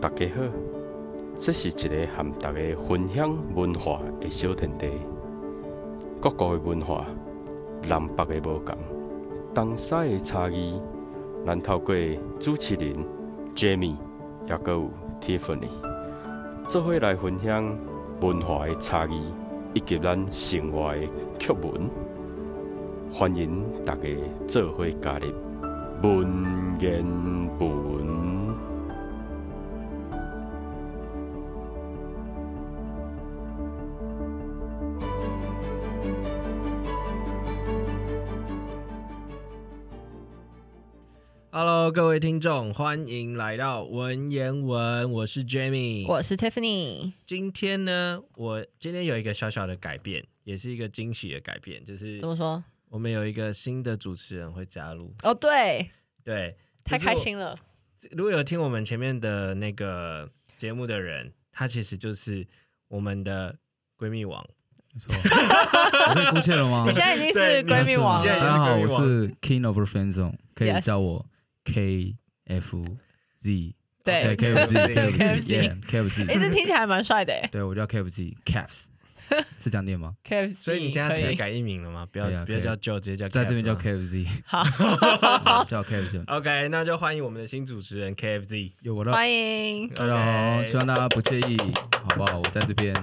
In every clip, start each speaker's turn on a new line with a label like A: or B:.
A: 大家好，这是一个含大家分享文化的小天地。各国的文化，南北的无同，东西的差异，咱透过主持人 Jamie，也搁有 Tiffany，做伙来分享文化的差异，以及咱生活的曲文。欢迎大家做伙加入文言文。
B: Hello，各位听众，欢迎来到文言文，我是 Jamie。
C: 我是 Tiffany，
B: 今天呢，我今天有一个小小的改变，也是一个惊喜的改变，就是
C: 怎么说？
B: 我们有一个新的主持人会加入。
C: 哦，对，
B: 对，
C: 太开
B: 了。
C: 心了，
B: 如果有听我们前面的那个节目的人，他其实就是我们的闺蜜王。
D: 没错，我可以出现了吗
C: 你？现在已经是
B: 对
C: 闺蜜王
B: 你现在
D: 大
B: 已经
C: 了，
D: 家好，
B: 你
D: 我
B: 现在也
D: 是 King of the Friend Zone，可以
C: Yes
D: 叫我 K F Z，对
C: 对，
D: ，K F Z K F
C: KFZ
D: Z yeah, K F
C: 哎，这
D: Z，
C: 听起来还蛮帅的欸诶
D: 对我叫 K F Z Caps，是这样念吗？
C: ，KFC，
B: 所以你现在直
C: 可
B: 接
C: 以
B: 改艺名了吗？不要、
D: 可以啊
B: 不要
D: 可以
B: 叫
D: 啊
B: Joe，直接叫
D: 在这边叫
B: Kev 吗
D: K F Z，
C: 好，
D: 叫 K F Z。
B: OK，那就欢迎我们的新主持人 KFZ。
D: 有我的，
C: 欢迎，
D: 大家好，
B: OK
D: 希望大家不介意，好不好？我在这边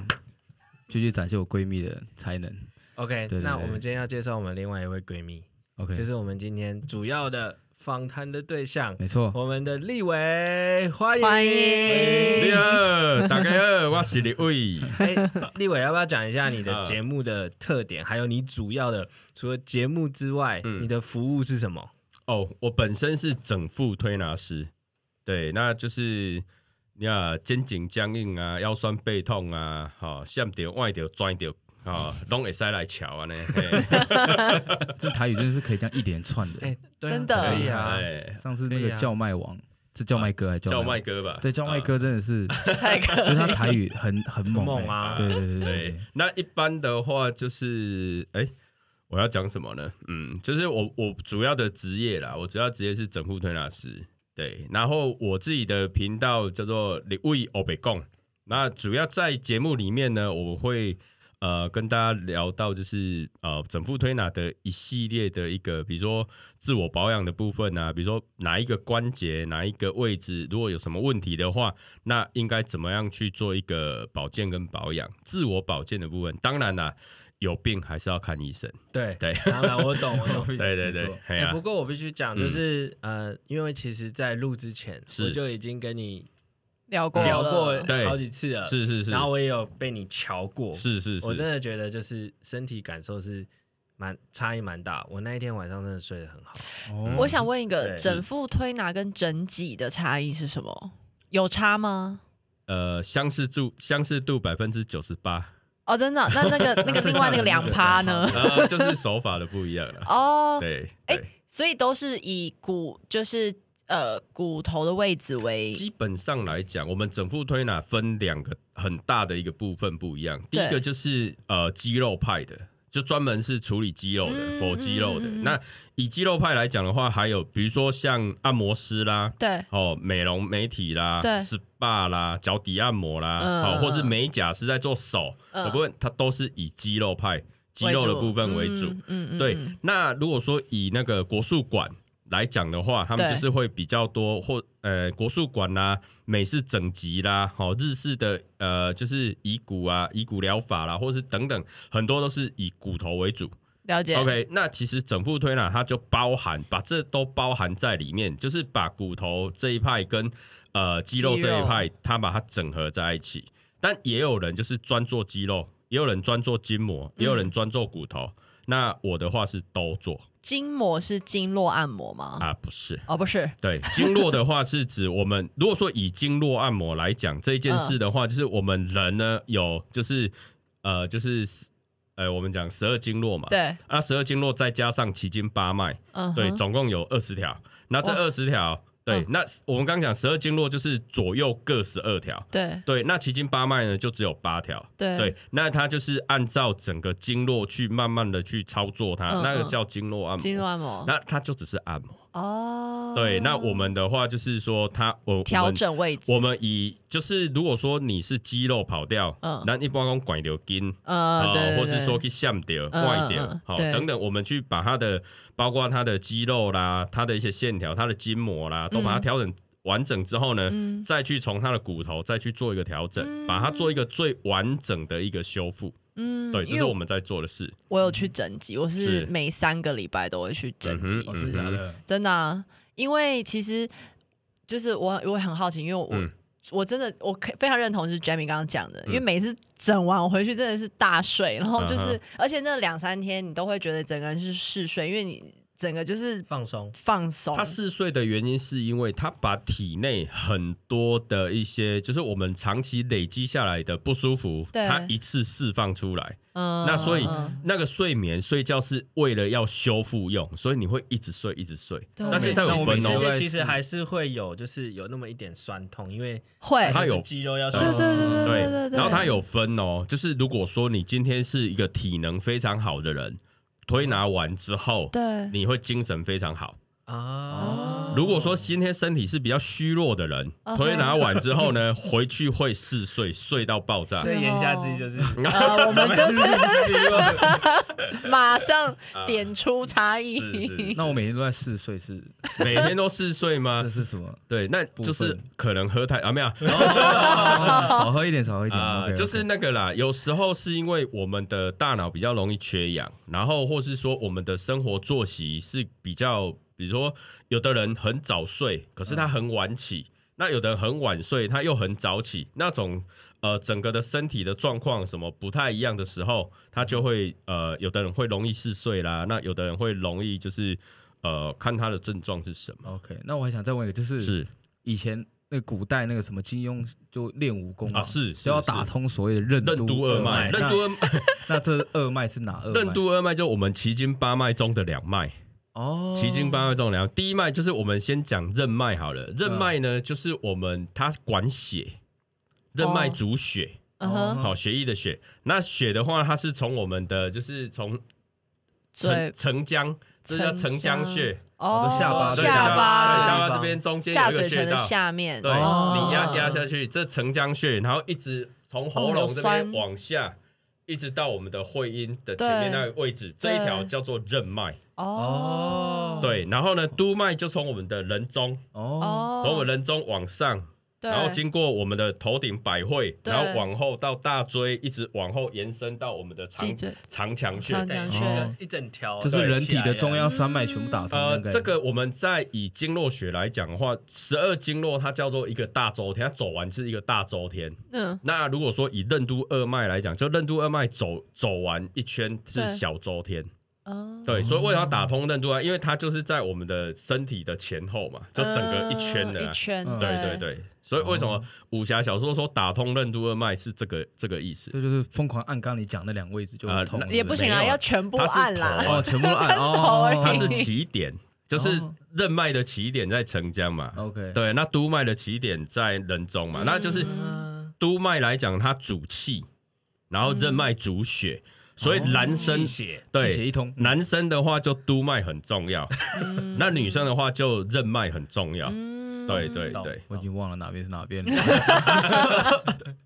D: 继续展现我闺蜜的才能。
B: OK，
D: 对对
B: 那
D: 对
B: 我们今天要介绍我们另外一位闺蜜，
D: OK，
B: 就是我们今天主要的访谈的对象，
D: 没错，
B: 我们的立伟，欢迎
C: 欢迎
A: 你好，大家好，我是李伟。
B: 哎，立伟要不要讲一下你
A: 啊
B: 的节目的特点，还有你主要的除了节目之外，
A: 嗯
B: 你的服务是什么？
A: 哦，我本身是整副推拿师，对，那就是你啊，肩颈僵硬啊，腰酸背痛啊，吼、哦，闪掉、歪掉、拽掉，吼、哦，拢会使来瞧啊呢。 嘿
D: 这台语真的是可以这样一连串的。
B: 哎，对啊
C: 真的
B: 可以啊，
A: 哎
D: 上次那
B: 可以
D: 个
B: 啊
D: 叫卖王是叫卖哥还是
A: 叫
D: 叫
A: 麦
D: 卖？
A: 哥吧，啊
D: 对，叫卖哥真的是。
C: 太可
D: 就是他台语很很猛、
B: 很猛啊
D: 欸对对对对
A: 对
D: 对，，
A: 那一般的话就是，哎、我要讲什么呢？嗯，就是我我主要的职业啦，我主要职业是整副推拿师，对。然后我自己的频道叫做“李卫欧北贡”，那主要在节目里面呢，我会呃跟大家聊到就是呃整副推拿的一系列的一个，比如说自我保养的部分啊，比如说哪一个关节、哪一个位置，如果有什么问题的话，那应该怎么样去做一个保健跟保养？自我保健的部分，当然啦、有病还是要看医生。
B: 对
A: 对
B: 当然我懂，我懂。
A: 对对对
D: 没错，
A: 哎
B: 哎，
A: 呀
B: 不，过我必须讲，就是呃，因为其实，在录之前，
A: 是
B: 我就已经跟你
C: 聊过
B: 聊过
C: 了，
A: 对
B: 好几次了，
A: 是是是，
B: 然后我也有被你瞧过，
A: 是是是，
B: 我真的觉得就是身体感受是蛮差异蛮大。我那一天晚上真的睡得很好，
D: 哦
C: 我想问一个，
B: 对
C: 整副推拿跟整脊的差异是什么？有差吗？
A: 呃相似度相似度百分之九十 八，
C: 哦，真的？那那个那个另外那个两趴呢？
A: 呃，就是手法的不一样了。
C: 哦，
A: 对，
C: 哎
A: 对
C: 所以都是以骨就是呃骨头的位置为
A: 基本上来讲，我们整副推拿分两个很大的一个部分不一样。第
C: 对
A: 一个就是呃肌肉派的，就专门是处理肌肉的，
C: 嗯
A: 否、肌肉的。
C: 嗯嗯嗯
A: 那以肌肉派来讲的话，还有比如说像按摩师啦，
C: 对
A: 哦，美容美体啦
C: 对
A: ，SPA 啦，脚底按摩啦，
C: 嗯
A: 好、
C: 嗯
A: 或是美甲是在做手
C: 嗯
A: 的部分，它都是以肌肉派、肌肉的部分为主。，
C: 嗯
A: 对，那如果说以那个国术馆来讲的话，他们
C: 对
A: 就是会比较多或呃国术馆啦、美式整脊啦、好、日式的呃就是以骨啊、以骨疗法啦，或是等等，很多都是以骨头为主。
C: 了解。
A: OK，那其实整副推拿它就包含把这都包含在里面，就是把骨头这一派跟呃肌肉这一派，它把它整合在一起。但也有人就是专做肌肉，也有人专做筋膜，也有人专做骨头。那我的话是都做
C: 筋膜是经络按摩吗？
A: 啊，不是。
C: 哦，不是，
A: 对，经络的话是指我们如果说以经络按摩来讲这一件事的话，就是我们人呢有就是呃就是呃我们讲十二经络嘛，
C: 对，
A: 啊十二经络再加上奇经八脉，
C: 嗯哼，
A: 对，总共有二十条。那这二十条，对
C: 嗯，
A: 那我们刚讲十二经络就是左右各十二条。
C: 对
A: 对，那奇经八脉呢就只有八条。
C: 对
A: 对，那它就是按照整个经络去慢慢的去操作它，
C: 嗯
A: 那个
C: 嗯
A: 叫经络按摩。
C: 经络按摩，
A: 那它就只是按摩，
C: 哦，
A: 对，那我们的话就是说他我我
C: 调
A: 们
C: 整位置，
A: 我们以就是如果说你是肌肉跑掉，
C: 嗯
A: 那一般讲拐掉筋
C: 呃，对对
A: 哦或
C: 对
A: 是说去向掉、
C: 嗯
A: 坏
C: 嗯
A: 掉
C: 嗯，
A: 好
C: 对
A: 等等，我们去把它的包括它的肌肉啦、它的一些线条、它的筋膜啦，都把它
C: 嗯
A: 调整完整之后呢，
C: 嗯
A: 再去从它的骨头再去做一个调整，
C: 嗯
A: 把它做一个最完整的一个修复。
C: 嗯，
A: 对，这
C: 因
A: 是
C: 为
A: 我们在做的事。
C: 我有去整脊，我
A: 是
C: 是每三个礼拜都会去整脊
A: 嗯
C: 一
A: 哼
C: 次，
A: 嗯
D: 假的？
C: 真的啊、因为其实就是我我很好奇，因为我。
A: 嗯
C: 我真的我可非常认同就是 Jamie 刚刚讲的，
A: 嗯
C: 因为每次整完我回去真的是大睡，然后就是、
A: 嗯
C: 而且那两三天你都会觉得整个人是嗜睡，因为你整个就是
B: 放松，
C: 放松
A: 它，嗜睡的原因是因为它把体内很多的一些，就是我们长期累积下来的不舒服，
C: 对
A: 它一次释放出来。
C: 嗯
A: 那所以
C: 嗯
A: 那个睡眠睡觉是为了要修复用，所以你会一直睡一直睡，
C: 嗯对
A: 但是它
B: 像
A: 有
B: 我嗯每
A: 分
B: 次
D: 哦
A: 哦。
B: 就其实还是会有，就是有那么一点酸痛，因为
C: 会
A: 它
B: 就是
A: 有
B: 肌肉要
C: 对
B: 收缩
C: 对对对对对对，
A: 然后它有分哦，就是如果说你今天是一个体能非常好的人，推拿完之后，
C: 对
A: 你会精神非常好。
C: 哦
B: 啊，
A: 如果说今天身体是比较虚弱的人，
C: 嗯哼
A: 推拿完之后 呢，回去会嗜睡，睡到爆炸
B: 所。以言下之意就是，
A: 哦
C: 呃，我们就是
B: 肌肉
C: 马上点出差异，
A: 是是是
D: 那我每天都在嗜睡，是
A: 每天都嗜睡
D: 这
A: 吗？
D: 是 什么？
A: 对，那就是可能喝太啊没有
D: 少喝一点，少喝一点。
A: 啊、
D: OK，OK
A: 就是那个啦。有时候是因为我们的大脑比较容易缺氧，然后或是说我们的生活作息是比较，比如说有的人很早睡，可是他很晚起；那有的人很晚睡，他又很早起，那种。呃，整个的身体的状况什么不太一样的时候，他就会呃，有的人会容易嗜睡啦，那有的人会容易就是呃，看他的症状是什么。
D: OK。那我还想再问一个，就是
A: 是
D: 以前那个古代那个什么金庸就练武功嘛
A: 啊，是
D: 就要打
A: 是
D: 通所谓的任
A: 任督二脉，任
D: 那
A: 督二脉
D: 那这二脉是哪二脉？
A: 任督二 脉就我们奇经八脉中的两脉，
D: 哦，
A: 奇经八脉中的两脉。第一脉就是我们先讲任脉好
D: 嗯
A: 了，任脉呢就是我们它管血，任脉主血，
C: 嗯
D: 哦
C: 哼，
A: 好血液的血。那血的话，它是从我们的就是从
C: 对
A: 承承浆，这叫承
C: 承
A: 浆
C: 浆
A: 穴，
C: 哦
D: 下巴
A: 对
D: 下
C: 下
A: 巴，
B: 巴
A: 对下
B: 地
A: 巴
B: 方
A: 这边中间有
C: 下
A: 一
C: 嘴
A: 个
C: 唇
A: 穴
C: 的
A: 道，
C: 下面，
A: 对，
C: 哦
A: 你压压下去，这承浆穴，然后一直从喉咙这边往下，一直到我们的会阴的前面
C: 对
A: 那个位置，这一条叫做任脉。
C: 哦
A: 对，然后呢，督脉就从我们的人中，
D: 哦，
C: 哦，
A: 从我们人中往上，
C: 对
A: 然后经过我们的头顶百会，
C: 对
A: 然后往后到大椎，一直往后延伸到我们的
C: 脊
A: 长
C: 椎
A: 长强
C: 长
A: 穴。
B: 等于是一
D: 哦
B: 个一整条，
D: 就是人体的中央三脉全部打通。
A: 呃，
D: 大概
A: 这个我们在以经络学来讲的话，十二经络它叫做一个大周天，它走完是一个大周天。
C: 嗯
A: 那如果说以任督二脉来讲，就任督二脉走走完一圈是
C: 对
A: 小周天。
C: 哦
A: 对，所以为了要打通任督二脉，因为它就是在我们的身体的前后嘛，就整个一圈的、
C: 嗯
A: 啦。
C: 一圈
D: 嗯，
A: 对对
C: 对，
A: 对，所以为什么武侠小说说打通任督二脉是这个这个意思？
D: 这就是疯狂按刚你讲那两位置就
A: 啊
D: 通
A: 那
D: 了，
C: 也不行啊，
A: 没有
C: 要全部
A: 它是
C: 按啦
A: 头，啊
D: 哦，全部都 按
C: 头而已
D: 哦，
A: 它是起点，就是
D: 哦
A: 任脉的起点在澄江嘛。
D: OK，
A: 对，那督脉的起点在人中嘛，
C: 嗯
A: 那就是哦
B: 嗯
A: 督脉来讲，它主气，然后任脉主血，所以男生
B: 哦气血
D: 气血
A: 对
D: 一通，嗯
A: 男生的话就督脉很重要，
C: 嗯
A: 那女生的话就任脉很重要。
C: 嗯
A: 对对
B: 懂啊
A: 对，
D: 我已经忘了哪边是哪边了，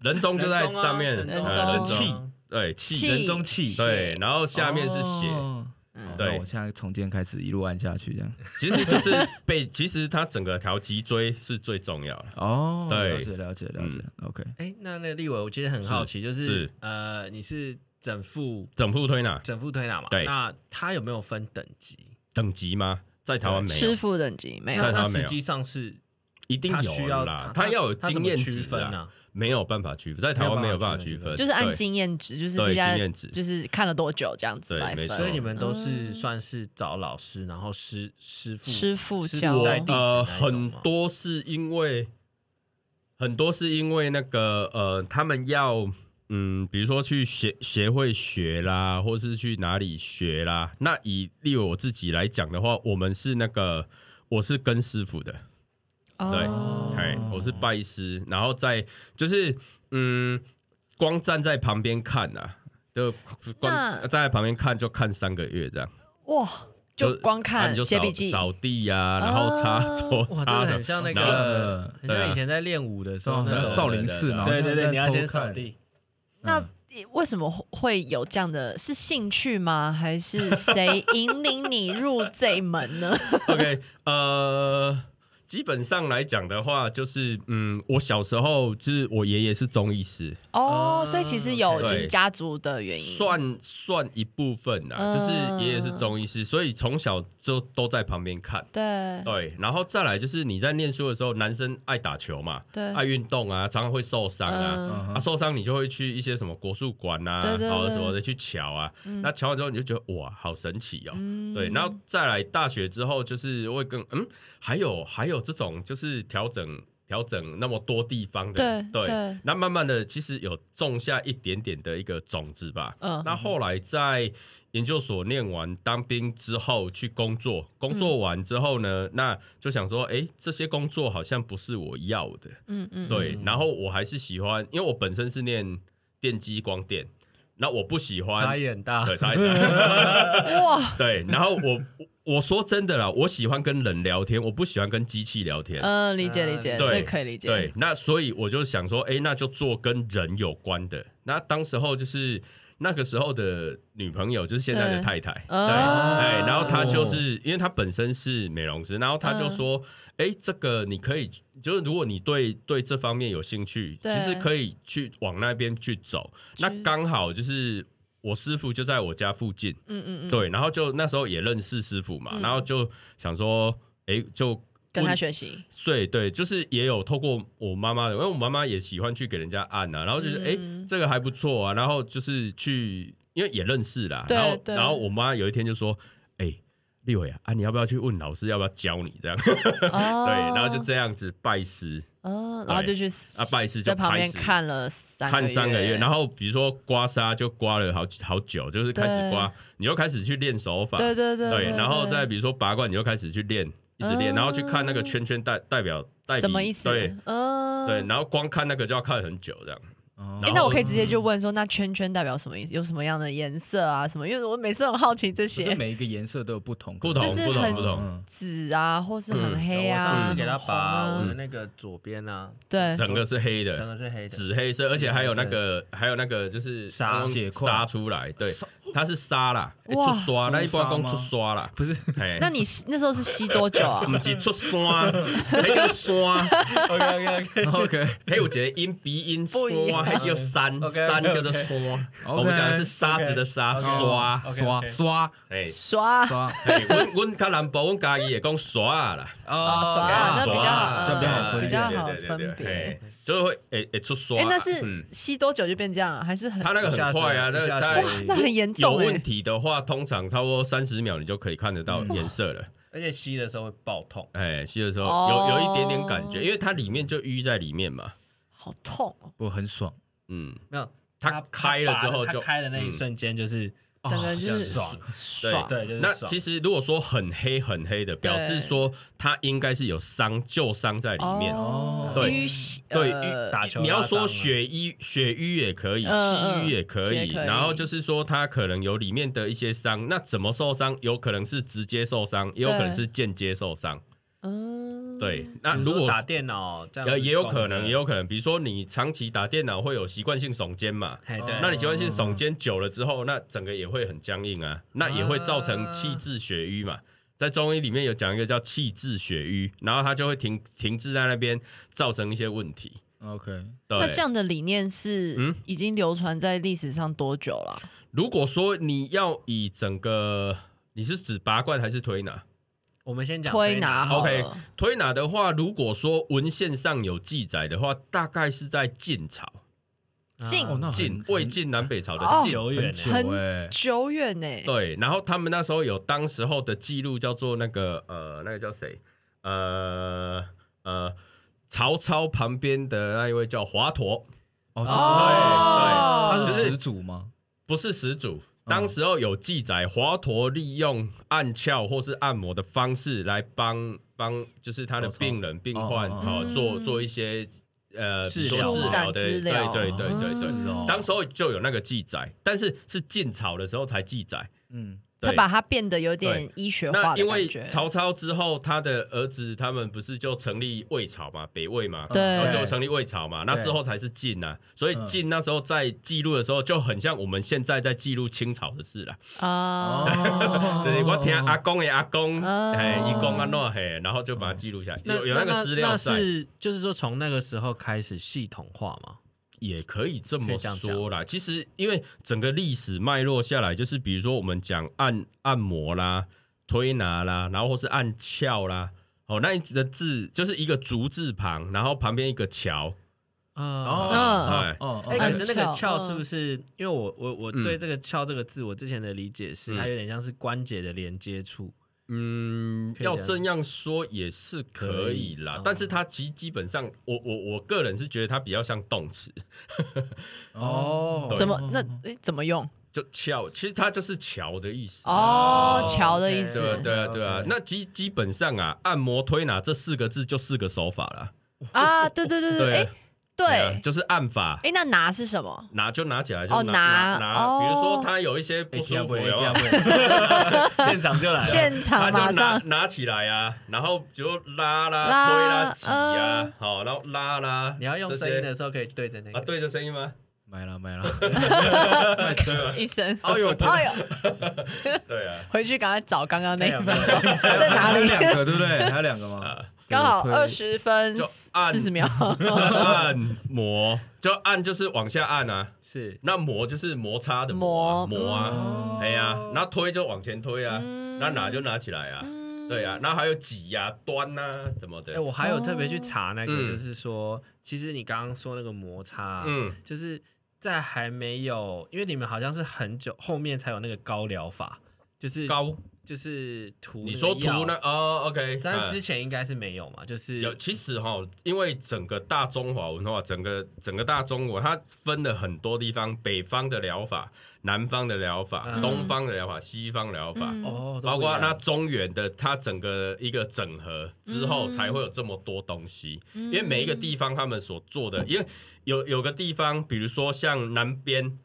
A: 人中就在
B: 人中啊
A: 上面，
B: 人
C: 中
A: 呃
C: 人中
A: 气，对
C: 气
A: 气，
D: 人中气
C: 血
A: 对，然后下面是血。
D: 哦
C: 嗯
D: 好
A: 对
D: 那我现在从今天开始一路按下去，这样
A: 其实就是被，其实它整个条脊椎是最重要的。
D: 哦，
A: 对
D: 了解了解了解，OK，
B: 哎，那那个立伟，我其实很好奇，就是是呃，你是整副
A: 整副推拿
B: 整副推拿嘛？
A: 对
B: 那它有没有分等级？
A: 等级吗？在台湾没有
C: 师，傅等级没
A: 在台
B: 那哎
C: 有，
B: 那
A: 湾没
B: 实
A: 有
B: 际上是
A: 一定
B: 它需
A: 有
B: 要
A: 啦，
B: 它
A: 要有
B: 它怎
A: 经
B: 么
A: 验
B: 区
A: 值
B: 分
A: 啦，
B: 啊？
A: 没有办法区分，在台湾没
B: 没
A: 有
B: 有
A: 办法
B: 办法
A: 区
B: 区
A: 分，
B: 分
C: 就是按
A: 对
C: 经验值，就是
A: 对
C: 这
A: 经
C: 家
A: 验值，
C: 就是看了多久这样子
A: 对
C: 来
A: 没
C: 分，
A: 错
B: 所以你们都是算是找老师，然后师师傅
C: 嗯师傅
B: 师傅
C: 教
B: 带弟子
A: 呃，
B: 那一种
A: 很
B: 吗
A: 多是因为很多是因为那个呃，他们要嗯，比如说去协协会学啦，或是去哪里学啦。那以例如我自己来讲的话，我们是那个我是跟师傅的，对
C: 哦
A: 哎、我是拜师，然后再就是嗯，光站在旁边看啊，就光
C: 那
A: 站在旁边看就看三个月这样。
C: 哇，就光
A: 啊你
C: 看
A: 就
C: 写
A: 扫
C: 笔记，
A: 扫地呀，然后擦
C: 哦
A: 桌啊
B: 哇，这
A: 擦
B: 个
A: 的
B: 很像那
A: 然后
C: 呃
B: 个，很
A: 对啊
B: 像以前在练舞的时候
D: 哦
B: 那种
A: 少林寺然后
B: 对
D: 在
B: 对
D: 那
B: 对，
D: 边
B: 你要先
D: 偷看
B: 扫地。
A: 嗯
C: 那为什么会有这样的？是兴趣吗？还是谁引领你入这一门 呢？
A: OK，呃，基本上来讲的话，就是嗯，我小时候就是我爷爷是中医师，
C: 哦，
B: 啊
C: 所以其实有
A: 嗯对
C: 就是家族的原因，
A: 算算一部分
C: 嗯
A: 啦，就是爷爷是中医师，所以从小就都在旁边看。
C: 对
A: 对，然后再来就是你在念书的时候，男生爱打球嘛，
C: 对
A: 爱运动啊，常常会受伤啊。
C: 嗯
A: 啊，受伤你就会去一些什么国术馆啊，
C: 对对
A: 然后
C: 对
A: 什么的去瞧啊。那瞧完之后你就觉得哇，好神奇哦。
C: 嗯
A: 对，然后再来大学之后，就是会更嗯，还有还有这种就是调整调整那么多地方的，
C: 对对
A: 那慢慢的其实有种下一点点的一个种子吧。
C: 嗯
A: 那后来在研究所念完当兵之后去工作，工
C: 嗯
A: 作完之后呢，那就想说，哎，这些工作好像不是我要的，
C: 嗯嗯，
A: 对。然后我还是喜欢，因为我本身是念电机光电，那我不喜
B: 差
A: 欢，
B: 异啊很大，
A: 对，差一点。
C: 哇，
A: 对，然后我我我说真的啦，我喜欢跟人聊天，我不喜欢跟机器聊天。
C: 嗯，理解理解，
A: 对
C: 这可以理解，
A: 对，那所以我就想说，哎，那就做跟人有关的。那当时候就是那个时候的女朋友，就是现在的
C: 对
A: 太太，对，
C: 哦
A: 哎，然后她就是因为她本身是美容师，然后她
C: 嗯
A: 就说，哎，这个你可以，就是如果你对对这方面有兴趣，其
C: 对
A: 实可以去往那边去走。那
C: 去
A: 刚好就是我师傅就在我家附近，
C: 嗯嗯嗯，
A: 对，然后就那时候也认识师傅嘛，
C: 嗯
A: 然后就想说，诶，就
C: 跟他
A: 问
C: 学习，
A: 对对，就是也有透过我妈妈的，因为我妈妈也喜欢去给人家按啊，然后就是诶，
C: 嗯
A: 这个还不错啊，然后就是去，因为也认识啦，
C: 对
A: 然后
C: 对
A: 然后我妈有一天就说，诶，立伟啊，啊你要不要去问老师要不要教你这样？
C: 对，
A: 对，
C: 然
A: 然后就这样子拜师，
C: 哦，然后就去
A: 啊拜师就
C: 在旁边
A: 开始
C: 看了三
A: 看三个月，然
C: 后
A: 后比如说刮痧就刮了好好久，就是开始
C: 对
A: 刮，你就开始去练手法，
C: 对对对
A: 对，然后再比如说拔罐，你就开始去练，一直练，
C: 嗯
A: 然后去看那个圈圈代代表代笔
C: 什么意思？
A: 对
C: 嗯，
A: 对，。然后光看那个就要看很久这样。
D: 哦
A: 然
C: 哎，
A: 后
C: 那我可以直接就问说，那圈圈代表什么意思？有什么样的颜色啊？什么？因为我每次很好奇这
D: 可是
C: 些
D: 每一个颜色都有不同，
A: 不同
C: 就是
A: 不同
C: 很
A: 不同，
D: 嗯，
C: 紫啊，或是很黑
B: 我
C: 啊，
B: 上次给他嗯
C: 很红
B: 拔
C: 啊
B: 我的那个左边啊，
C: 对，
A: 整个是黑
B: 整
A: 的，
B: 个是黑的，
A: 紫黑色，而且还有那个还有那个就是
B: 沙
A: 刚
D: 血块
A: 沙出来，对，它是沙啦，诶
C: 哇
A: 出刷，那一包
D: 朱砂
A: 光
D: 吗
A: 出刷 啦，
D: 不是
A: 嘿
C: 那你吸那时候是吸多久啊？
A: 不是出山，迄叫山，
B: OK OK OK，
D: OK
A: 迄有一个音鼻音山，
C: 不一样
A: 迄叫 山，
B: OK，OK，OK
A: 山叫做山。我们讲的是沙子的沙，刷，
D: 哦刷刷
A: 哎
C: 刷啊
D: 刷
A: 嘿，阮阮较南部，阮家己会讲刷啦，
C: 啊，刷啊，那
B: 哦
A: 刷
C: 比较
A: 啊
C: 好，
D: 这样比较
C: 嗯
D: 好分
C: 比
D: 辨
C: 较好
A: 对对对
C: 分
A: 对
C: 别
A: 嘿。就是会诶诶出刷啦。
C: 哎，那
A: 嗯
C: 是吸多久就变这样啊？还是很
A: 他那个很快啊，那
B: 一
A: 个
B: 下子
A: 大
B: 一
A: 概
B: 下子
C: 那很严
A: 有
C: 重
A: 问
C: 哎，
A: 题的话，通常差不多三十秒你就可以看得到颜色了。
B: 而且吸的时候会爆痛，
A: 哎，吸的时候
C: 哦
A: 有有一点点感觉，因为它里面就淤在里面嘛。
C: 好痛哦，
D: 我很爽，
A: 嗯，
B: 没有
A: 它开了之后
B: 它拔
A: 就嗯
B: 它开的那一瞬间就是
D: 哦
C: 整个就是
B: 爽
C: 爽。
B: 对，就是
A: 那
B: 爽
A: 其实如果说很黑很黑的，表示说它应该是有伤旧伤在里面。
C: 哦
A: 对
C: 淤血
A: 对
C: 呃
A: 淤
B: 打球
A: 你要说
B: 拉伤啊
A: 血瘀血瘀也可以，
C: 嗯
A: 气
C: 嗯
A: 瘀也可
C: 也
A: 以，
C: 可以
A: 然后就是说它可能有里面的一些伤，那怎么受伤？有可能是直接受伤，也有可能是间接受伤。
C: 嗯，
A: 对，那
B: 比
A: 如
B: 说
A: 果
B: 打电脑这样
A: 呃
B: 子
A: 也有可
B: 动
A: 能，
B: 着
A: 也有可能，比如说你长期打电脑会有习惯性耸肩嘛。
B: 哎对，
A: 那你习惯性耸肩久了之后，那整个也会很僵硬啊，那也会造
B: 啊
A: 成气滞血瘀嘛。在中医里面有讲一个叫气滞血瘀，然后它就会停停滞在那边，造成一些问题。
D: OK，
A: 对，
C: 那这样的理念是
A: 嗯
C: 已经流传在历史上多久了？
A: 如果说你要以整个，你是指拔罐还是推拿？
B: 我们先讲
C: 推拿好
A: OK
C: 了，
A: 推拿的话，如果说文献上有记载的话，大概是在晋朝，
C: 进
B: 啊
D: 哦那很
A: 晋
D: 很
A: 魏晋南北朝的
C: 哦
A: 晋。
B: 久远呢
D: 很久
C: 很
D: 哎，
C: 久远呢。
A: 对，然后他们那时候有当时候的记录，叫做那个呃，那个叫谁？呃呃，曹操旁边的那一位叫华佗，
D: 哦，
A: 哦
D: 他
A: 对
D: 是
A: 对
D: 始祖吗？
A: 不是始祖。
D: 嗯
A: 当时候有记载，华佗利用按窍或是按摩的方式来帮帮，就是他的
D: 曹操
A: 病人病患
D: 哦
C: 哦
A: 哦
C: 哦
A: 做做一些呃
D: 治
A: 比如说治
D: 疗
A: 疗的，
C: 舒展治
A: 对
C: 疗
A: 对对对
C: 哦
A: 对。
D: 是哦，
A: 当时候就有那个记载，但是是晋朝的时候才记载。
D: 嗯，
A: 对
C: 才把它变得有点医学化
A: 那
C: 的
A: 因
C: 感
A: 为
C: 觉。
A: 曹操之后，他的儿子他们不是就成立魏朝嘛，北魏嘛，
C: 对
A: 然后就成立魏朝嘛，那
D: 对
A: 之后才是晋呐、所以
D: 嗯
A: 晋那时候在记录的时候，就很像我们现在在记录清朝的事啦。哦
C: 啊，
A: 就是我听阿公的阿公，
C: 哦
A: 哎、一公安诺嘿，然后就把它记录下来，
B: 那
A: 有哦有那个资料
B: 那
A: 在，
B: 是就是说从那个时候开始系统化嘛？
A: 也可以这
B: 可
A: 么
B: 以这样讲
A: 说啦。其实因为整个历史脉络下来，就是比如说我们讲按按摩啦、推拿啦，然后或是按翘啦。哦，那一的字就是一个竹字旁，然后旁边一个桥，
B: 啊，
A: 哎、
D: 哦
B: 哎、
C: 哦
B: 可是那个
C: 很翘
B: 翘是不是？因为我我我
A: 嗯
B: 对这个翘这个字，我之前的理解是、
A: 嗯
B: 它有点像是关节的连接处。
A: 嗯，
B: 可以这样
A: 要这样说也是可以啦，
B: 可以
A: 但是它其基本上，我我我个人是觉得它比较像动词，
B: 哦
A: 对
C: 怎么那诶怎么用？
A: 就翘，其实它就是桥的意思。
C: 哦，
B: 哦
C: 桥的意
B: 是
C: 思。
A: 对啊，对啊，对啊
B: OK。
A: 那基基本上啊，按摩推拿这四个字就四个手法啦。
C: 啊，对对对对，
A: 对
C: 哎
A: 啊，
C: 对，
A: 啊
C: 哎、
A: 就是按法，
C: 那拿是什么？
A: 拿就拿起来，就
C: 哦
A: 拿
C: 拿
A: 拿。
C: 哦
A: 比如说他有一些
B: 哎
A: 不舒服，有没有
B: 现场就来了。
C: 现
A: 哎他
C: 场马
A: 就拿
C: 上
A: 拿起来啊，然后就拉啦、
C: 拉
A: 推啦、挤啊
C: 嗯，
A: 好，然后拉啦。
B: 你要用
A: 这
B: 声
A: 些
B: 音的时候可以对着那个。
A: 啊，对着声音吗？
D: 买了买了，
C: 医生。
D: 哦呦，
C: 哎呦，
A: 对啊，
C: 回去赶快找刚
A: 哎
C: 刚那
B: 没有没有
C: 个，
B: 没有
C: 在哪
D: 还 有
C: 里？
D: 两个对不对？还有两个吗？
A: 啊，
C: 刚好
D: 推
C: 二十分
A: 就按
C: 嗯四十秒。
A: 按摩就按就是往下按啊，
B: 是
A: 那磨就是摩擦的磨啊
C: 磨
A: 磨啊，
D: 哦
A: 哎呀，然后推就往前推啊，
C: 嗯
A: 那拿就拿起来啊，对啊，然后还有挤呀、端呐、啊、什么
B: 哎、
A: 的，
B: 我还有特别
C: 哦
B: 去查那个，
A: 嗯
B: 就是说，其实你刚刚说那个摩擦啊、
A: 嗯，
B: 就是在还没有，因为你们好像是很久后面才有那个高疗法，就是
A: 高，
B: 就是涂
A: 你说
B: 那
A: 涂
B: 个
A: 呢
B: 药？
A: 哦，OK，
B: 但
A: 嗯
B: 是之前应该是没有嘛，就是
A: 有，其实哈，因为整个大中华文化，整个整个大中国，它分了很多地方，北方的疗法、南方的疗法、
B: 嗯
A: 东方的疗法、西方疗法，
C: 嗯
B: 哦，都
A: 包
B: 不一
A: 括
B: 样
A: 那中原的，它整个一个整合之后，
C: 嗯
A: 才会有这么多东西。
C: 因
A: 因为每一个地方他们所做
C: 嗯
A: 的，因为有有个地方，比如说像南边，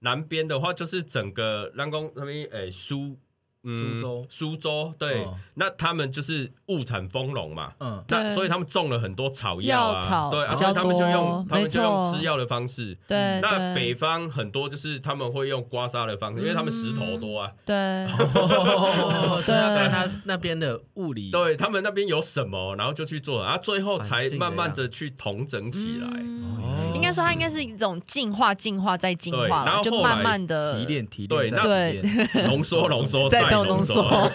A: 南边的话就是整个南宫那边，诶、苏，嗯，
D: 苏州
A: 苏州，对，
D: 哦
A: 那他们就是物产丰隆嘛。
D: 嗯，
A: 那
C: 对
A: 所以他们种了很多草药啊，
C: 药草
A: 对，
C: 比
A: 而
C: 较
A: 且他们就用
C: 多
A: 他们就用
C: 没错
A: 吃药的方式。
C: 对
A: 那
C: 对嗯
A: 北方很多就是他们会用刮痧的方式，因为他们石头多啊，
C: 对
B: 哦， 所以他
C: 对
B: 看他那边的物理，
A: 对他们那边有什么，然后就去做，然后最后
B: 环
A: 才
B: 境的
A: 慢慢的去统整 起来。
C: 嗯
B: 哦，
C: 应该说它应该是一种进化、进化再进
A: 对
C: 化
A: 然
C: 啦，
A: 后
C: 就
A: 后来
C: 慢慢的
D: 提炼提
A: 对
D: 炼，
A: 那
D: 再提 炼，
A: 浓缩、浓缩、
C: 再
A: 再
C: 动
A: 浓
C: 浓缩。
A: 缩。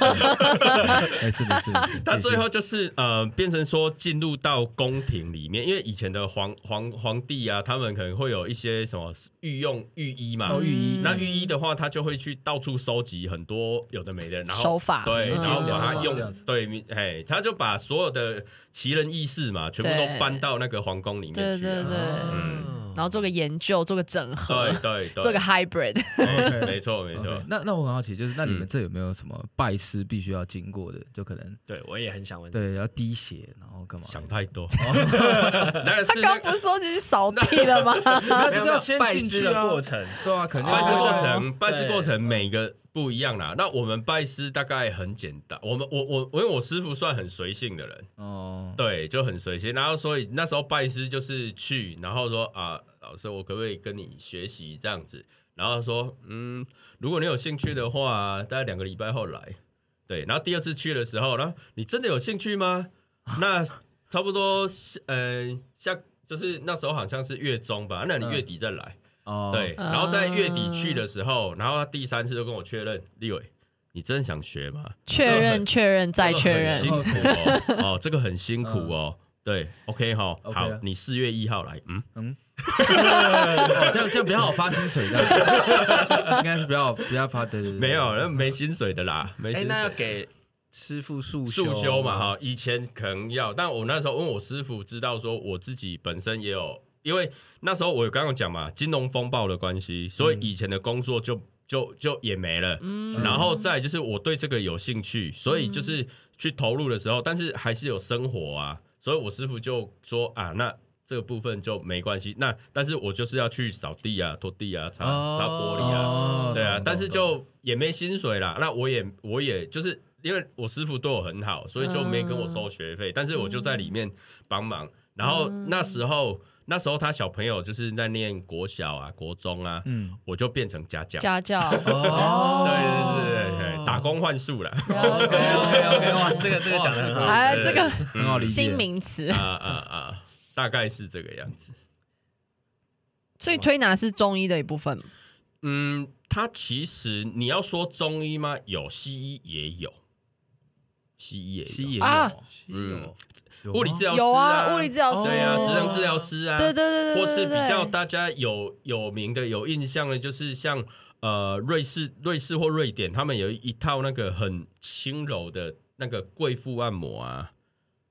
D: 没事没事，
A: 他
D: 继续
A: 最后就是呃，变成说进入到宫廷里面，因为以前的皇皇皇帝啊，他们可能会有一些什么御用御医嘛，
D: 哦御医
A: 那御医的话，他就会去到处收集很多有的没的，然
C: 手
A: 后
C: 法，
A: 对，
C: 嗯
A: 然后把它
D: 嗯
A: 用
D: 这样子
A: 对，哎，他就把所有的奇人异事嘛，全部都
C: 对
A: 搬到那个皇宫里面
C: 对
A: 去
C: 对
A: 了。
C: 对，
B: 嗯
C: 然后做个研究，做个整合
A: 对， 对对，
C: 做个 hybrid。
A: 哎没错没
D: OK，
A: 错。
D: 那那我很好奇，就是那你们
A: 嗯
D: 这有没有什么拜师必须要经过的？就可能
B: 对我也很想问，
D: 对，要滴血，然后干嘛？
A: 想太多，那个
C: 他
A: 是那
C: 刚
A: 个
C: 不是说去扫地 了吗？
D: 那
B: 没有，
D: 就
B: 没
D: 要
B: 有
D: 先
B: 拜
D: 进
B: 师
D: 去
B: 的
D: 啊
B: 过程，
D: 对啊，肯定
A: 拜师
D: 是
A: 过
D: 啊
A: 程，拜师
B: 对
A: 过程每个不一样啦。那我们拜师大概很简单，我们我我我因为我师傅算很随性的人，
D: 哦，
A: 对，就很随性。然后所以那时候拜师就是去，然后说啊，老师，我可不可以跟你学习这样子？然后说，嗯，如果你有兴趣的话，大概两个礼拜后来。对，然后第二次去的时候，然后你真的有兴趣吗？那差不多，呃，下就是那时候好像是月中吧，那你月底再来。
D: 哦，
A: 对，，然后在月底去的时候，然后他第三次就跟我确认，立伟，你真的想学吗？
C: 确
A: 这个很
C: 认，确认，再
A: 这个
C: 确
A: 很
C: 认
A: 辛。苦哦，哦，这个很辛苦哦。对，OK 哈，
D: OK
A: 好
D: 啊，
A: 你四月一号来，嗯，
D: 哦，这样这样比较好发薪水，这样应该是比较比较发，对对对，
A: 没有，那没薪水的啦，没
B: 哎，
A: 薪
B: 那要哦
A: 水。
B: 给师傅速
A: 速修嘛
B: 吗
A: 哈，以前可能要，但我那时候问我师傅，知道说我自己本身也有，因为那时候我有刚刚讲嘛，金融风暴的关系，所以以前的工作就就就也没了。
C: 嗯
A: 然后再就是我对这个有兴趣，所以
D: 嗯
A: 就是去投入的时候，但是还是有生活啊，所以我师傅就说啊，那这个部分就没关系。那但是我就是要去扫地啊、拖地啊、擦
D: 哦
A: 擦玻璃啊，
D: 哦
A: 对啊
D: 懂，
A: 但是
D: 懂
A: 就也没薪水啦。那我也我也就是因为我师傅对我很好，所以就没跟我收学
D: 嗯
A: 费，但是我就在里面帮忙。然后那时候那时候他小朋友就是在念国小啊、国中啊，
D: 嗯，
A: 我就变成家教。
C: 家教。
D: 哦
A: 对对对对对，打工换宿啦。
C: 了解
D: OK，OK，OK，哇，这个这个讲的 很好，
C: 哎，
A: 对
C: 这个
D: 很好理解。
C: 新名词，
A: 啊啊啊，大概是这个样子。
C: 所以推拿是中医的一部分。
A: 嗯，它其实你要说中医吗？有西医也有，西医也有，
D: 西医也
C: 啊
D: 有，西医有
A: 嗯
D: 有
A: 物理治疗师
C: 有啊，物理治疗师，
A: 对啊，
D: 哦
A: 职能治疗师啊，
C: 对对对对对，
A: 或是
C: 对
A: 比较大家有有名的、有印象的，就是像呃瑞士、瑞士或瑞典，他们有一套那个很轻柔的那个贵妇按摩啊，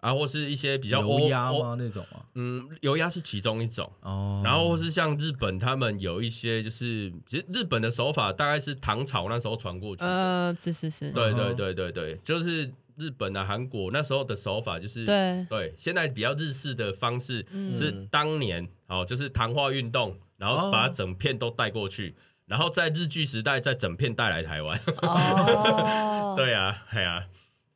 A: 啊，或是一些比
D: 比
A: 较欧
D: 油压
A: 欧
D: 吗？那种啊？
A: 嗯，油压是其中一种。
D: 哦，
A: 然后或是像日本，他们有一些就是，其实日本的手法大概是唐朝那时候传过去的。
C: 呃，是是是，
A: 对
D: 嗯
A: 对
D: 哼
A: 对对对，就是日本啊、韩国那时候的手法就是
C: 对，
A: 对现在比较日式的方式
C: 嗯
A: 是当年哦，就是糖化运动，然后
D: 哦
A: 把整片都带过去，然后在日剧时代再整片带来台湾。
C: 哦，
A: 对啊，哎呀、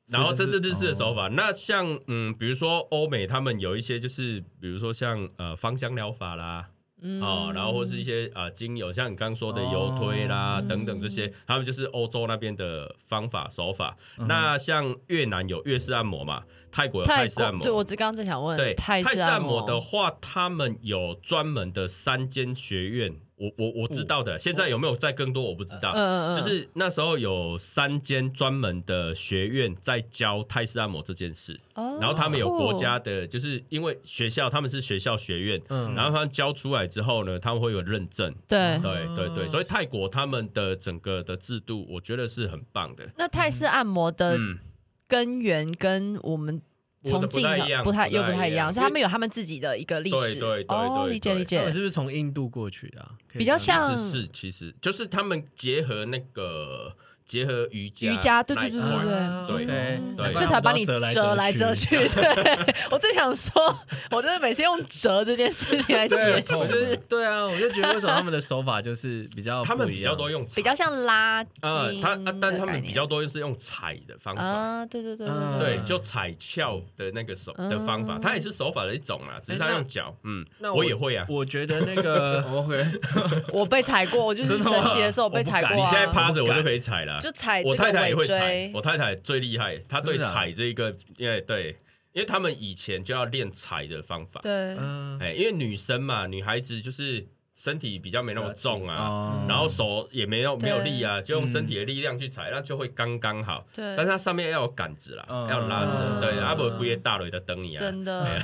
D: 是
A: 然后这
D: 就是
A: 是日式的手法。那像嗯，比如说欧美，他们有一些就是，比如说像呃芳香疗法啦，
C: 嗯
A: 哦，然后或是一些啊、呃精油，像你刚说的油推啦、
C: 哦
A: 等等这些，他们就是欧洲那边的方法手法。
C: 嗯
A: 那像越南有越式按摩嘛，泰国有
C: 泰
A: 泰式按
C: 哦国，对
A: 摩
C: 我。只刚正想问，
A: 对泰
C: 泰
A: 式
C: 按
A: 按摩的话，他们有专门的三间学院，我我我知道的，现在有没有再更多我不知道。
C: 嗯嗯嗯
A: 就是那时候有三间专门的学院在教泰式按摩这件事，
C: 哦
A: 然后他们有国家的，就是因为学校他们是学校学院，
B: 嗯
A: 然后他们教出来之后呢，他们会有认证。
C: 对。嗯
A: 对对对，所以泰国他们的整个的制度，我觉得是很棒的。
C: 那泰式按摩的
A: 嗯，
C: 根源跟我们
A: 我的
C: 从
A: 不
C: 进
A: 太一样
C: 不太又
A: 不太
C: 不太一
A: 一样
C: 样，所以他们有他们自己的一个历
A: 对
C: 史。
A: 对对对
C: 哦，
A: 对
C: 理解
A: 对
C: 理
B: 他们
C: 解
B: 是。不是从印度过去的啊？可以
C: 比较
B: 这样
C: 像
A: 是是，其实就是他们结合那个结合瑜伽
C: 瑜伽对对
A: 那一
C: 对
A: 块
C: 对
B: 啊
A: 对
B: ，OK，
A: 对
B: 难怪
C: 所
B: 他
C: 以才
B: 们
C: 把
B: 都
C: 你
B: 折来
C: 折来折
B: 折
C: 去。 对，我正想说，我真的每次用折这件事情来解
B: 我
C: 释，
B: 是对啊，我就觉得为什么他们的手法就是比较
A: 他们
B: 不一
A: 比较
B: 样
A: 多用踩
C: 嗯比较像拉筋
A: 啊，他啊
C: 的，
A: 但他
C: 概
A: 们
C: 念
A: 比较多是用踩的方法。
C: 啊，对对对
B: 嗯
A: 对，就踩翘的那个手的方法，
C: 嗯
A: 它也是手法的一种啦，只是
B: 哎
A: 他
B: 那
A: 用脚。嗯，
B: 那
A: 我也会啊。
B: 我觉得那个
D: OK，
C: 我被踩过，我就是
B: 真的吗
C: 整脊的时候我被踩过、啊。
A: 你现在趴着
B: 我不
A: 我
B: 敢
A: 就可以踩啦。
C: 就踩这
A: 我
C: 个
A: 太太也
C: 尾
A: 会踩
C: 椎，
A: 我太太最厉害，她对
D: 真的啊
A: 踩这个，因为对，因为他们以前就要练踩的方法，
C: 对，
D: 嗯，
A: 哎，因为女生嘛，女孩子就是身体比较没那么重啊，
D: 哦
A: 然后手也没有没有
C: 对嗯
A: 力啊，就用身体的力量去踩，那就会刚刚好。
C: 对，
A: 但是它上面要有杆子啦，
D: 嗯
A: 要拉着，
C: 嗯
A: 对，阿伯不也大腿在蹬你啊，
C: 真的
A: 啊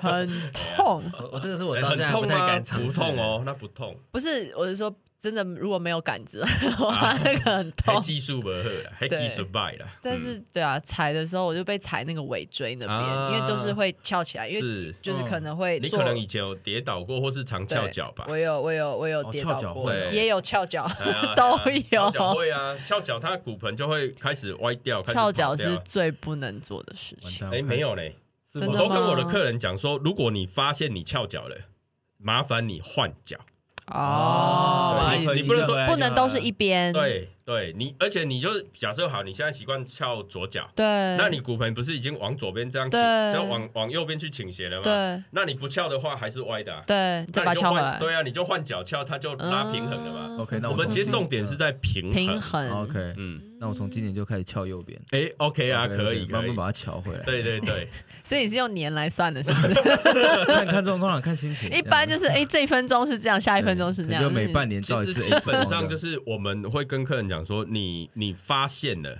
C: 很痛。
B: 我我这个是我
A: 哎
B: 到
A: 很
B: 现在还不
A: 痛
B: 太
A: 吗？
B: 敢尝
A: 不
B: 试
A: 痛。哦，那不 痛，
C: 不是，我是说真的，如果没有杆子， 我怕那个很
A: 还
C: 痛。
A: 技术不好啦，还技
C: 对
A: 术败啦。
C: 但是对啊，踩的时候我就被踩那个尾椎那
A: 啊
C: 边，因为都是会翘起来，
A: 嗯
C: 因为
A: 是
C: 就是可能会
A: 你
C: 做
A: 可。能以前有跌倒过，或是常翘
C: 对
A: 脚吧？
C: 我有，我有，我有
D: 哦
C: 跌
D: 翘
C: 倒
D: 脚
C: 过，
A: 会哦
C: 也有翘脚
A: 哎呀
C: 都
A: 哎呀
C: 有
A: 翘脚会啊，翘脚它骨盆就会开始歪掉，开始
C: 翘脚
A: 跑掉
C: 是最不能做的事
D: 完
C: 情。
D: 蛋，
A: 哎没有嘞，
D: 我
C: 真
D: 看，
A: 我都
C: 的吗
A: 跟我的客人讲说，如果你发现你翘脚了，麻烦你换脚。
C: 哦
A: 对，你你不能说
C: 不能都是一边。
A: 对对，你而且你就是假设好，你现在习惯翘左脚，
C: 对，
A: 那你骨盆不是已经往左边这样倾，
C: 嗯对
A: 这样往往右边去倾斜了吗？
C: 对
A: 那你不翘的话还是歪的啊，
C: 对，
A: 那
C: 再把
A: 你
C: 它
A: 就
C: 翘回
A: 换
C: 来。
A: 对啊，你就换脚翘，它就拉平衡了嘛。
C: 嗯
D: OK，那
A: 我们
D: 从
A: 其实
D: 今
A: 重点是在平
C: 平
A: 衡。
C: 衡。
D: 哦 OK，
A: 嗯，
D: 那我从今年就开始翘右边。
A: 哎，OK 啊，
D: 对
A: 可
D: 对
A: 以，
D: 慢
A: 可
D: 慢
A: 以。
D: 把它翘回来。
A: 对对对，
C: 所以你是用年来算的，是不 是？
D: 看看状况啦，看心情。
C: 一般就是哎、诶这一分钟是这样，下
D: 下
C: 一分钟是那样。
D: 就每半
C: 年
D: 年
A: 其
D: 照一
A: 实
D: 次。
A: 基本上就是我们会跟客人讲说，你你发现了，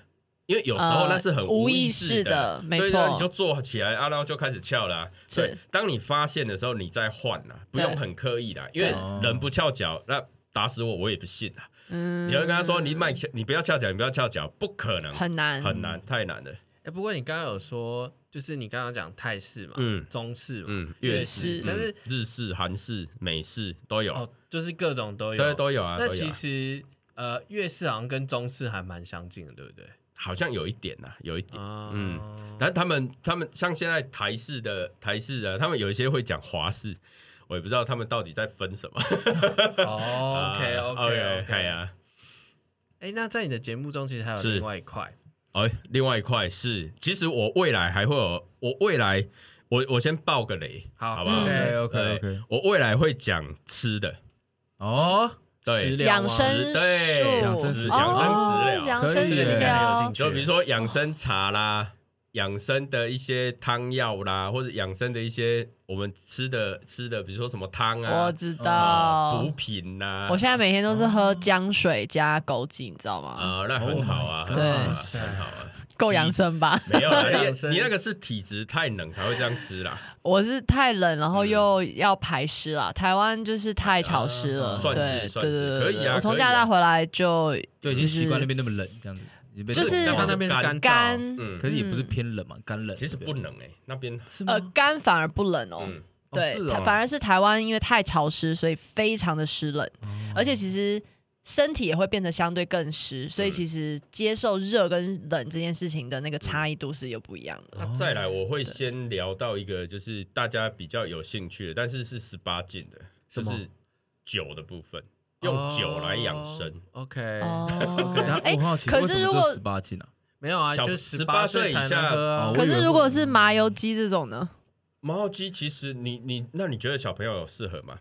A: 因为有时候那是很
C: 呃无
A: 意
C: 识
A: 的，
C: 没
A: 对啊你就
C: 错。
A: 坐起来啊，然后就开始翘啦、
C: 是
A: 对，当你发现的时候，你再换啦，不
C: 对
A: 用很刻意啦，因为
D: 对
A: 人不翘脚，那打死我我也不信啊。
C: 嗯
A: 你要跟他说，你迈翘，你不要翘脚，你不要翘脚，不可能，
C: 很难，
A: 很难，太难了。
B: 哎，不过你刚刚有说，就是你刚刚讲泰式嘛，
A: 嗯
B: 中式嘛，
A: 嗯，粤
C: 粤式
A: 式、嗯
B: 但是
A: 日式、韩式、美式都有，
B: 哦，就是各种都有，
A: 对，都有啊。
B: 那
A: 都有啊
B: 其实呃，粤式好像跟中式还蛮相近的，对不对？
A: 好像有一点呐、有一点。
B: 啊，
A: 嗯但他们他们像现在台式的台式的，他们有一些会讲华式，我也不知道他们到底在分什么。啊
B: 哦，OK OK
A: OK 啊看
B: OK
A: 呀。
B: 哎，那在你的节目中，其实还有
A: 是
B: 另外一块，
A: 哎，另外一块是，其实我未来还会有，我未来我我先爆个雷，
B: 好
A: 好不好？
D: OK OK
A: 对
D: OK，
A: 我未来会讲吃的，
D: 哦，
A: 对
D: 食疗
C: 养
D: 吗
B: 哦
C: 生
A: 对
D: 养
C: 术
D: 生食，
A: 养生食疗
C: 哦养
D: 可
C: 生
D: 以
C: 食
D: 耶
C: 疗，
A: 就比如说养生茶啦，养生的一些汤药啦，或者养生的一些我们吃的吃的，比如说什么汤
C: 我
A: 啊、
C: 知
A: 啊
C: 道
A: 补。品呐、
C: 我现在每天都是喝姜水加枸杞，你知道吗？
A: 啊、那很好啊，
D: Oh my
C: 哦对
D: God
A: 很好啊，
C: 够养生吧？
A: 没有 啦，
B: 养
A: 你
B: 生
A: 你那个是体质太冷才会这样吃啦，
C: 我是太冷，然后又要排湿啦。台湾就是太潮湿了，
A: 嗯啊
C: 对
A: 算是
C: 对
A: 算是
C: 对
A: 可
C: 对
A: 以
C: 对。
A: 啊
C: 我从
A: 可以
C: 加拿
A: 啊
C: 大回来就
D: 对，已经习惯那边那么冷这样子，已经被
C: 就是
D: 冷
A: 但
D: 到
B: 它
A: 我
B: 那边是
A: 干
B: 干燥
C: 干，
A: 嗯，
D: 可是也不是
C: 嗯
D: 偏冷嘛，干冷
A: 其实
D: 对
A: 不
D: 对
A: 冷哎、那边
D: 是
C: 呃
D: 吗，
C: 干反而不冷哦。
A: 嗯
D: 哦
C: 对
D: 是，
C: 台
D: 哦
C: 反而是台湾因为太潮湿，所以非常的湿冷，
A: 哦
C: 而且其实身体也会变得相对更湿，所以
A: 嗯
C: 其实接受热跟冷这件事情的那个差异度是有不一样的。
A: 那再来，我会先聊到一个，就是大家比较有兴趣的，但是是十八禁的，就
D: 什么
A: 是酒的部分，用酒来养生。
B: 哦，OK，
A: 哎
D: 然
C: 哦
D: 后，
C: 哎
D: 我，好奇
C: 可
D: 为
C: 是如
D: 什么只有
C: 果
D: 18禁啊
B: 没有啊，
A: 小
B: 就
A: 18
B: 八
A: 岁
B: 岁才
A: 以下
B: 能喝啊
D: 哦我以
C: 可
D: 为
C: 是
D: 会
C: 如果是麻油
A: 嗯
C: 鸡这种呢？
A: 麻油鸡其实你你那你觉得小朋友有适合吗？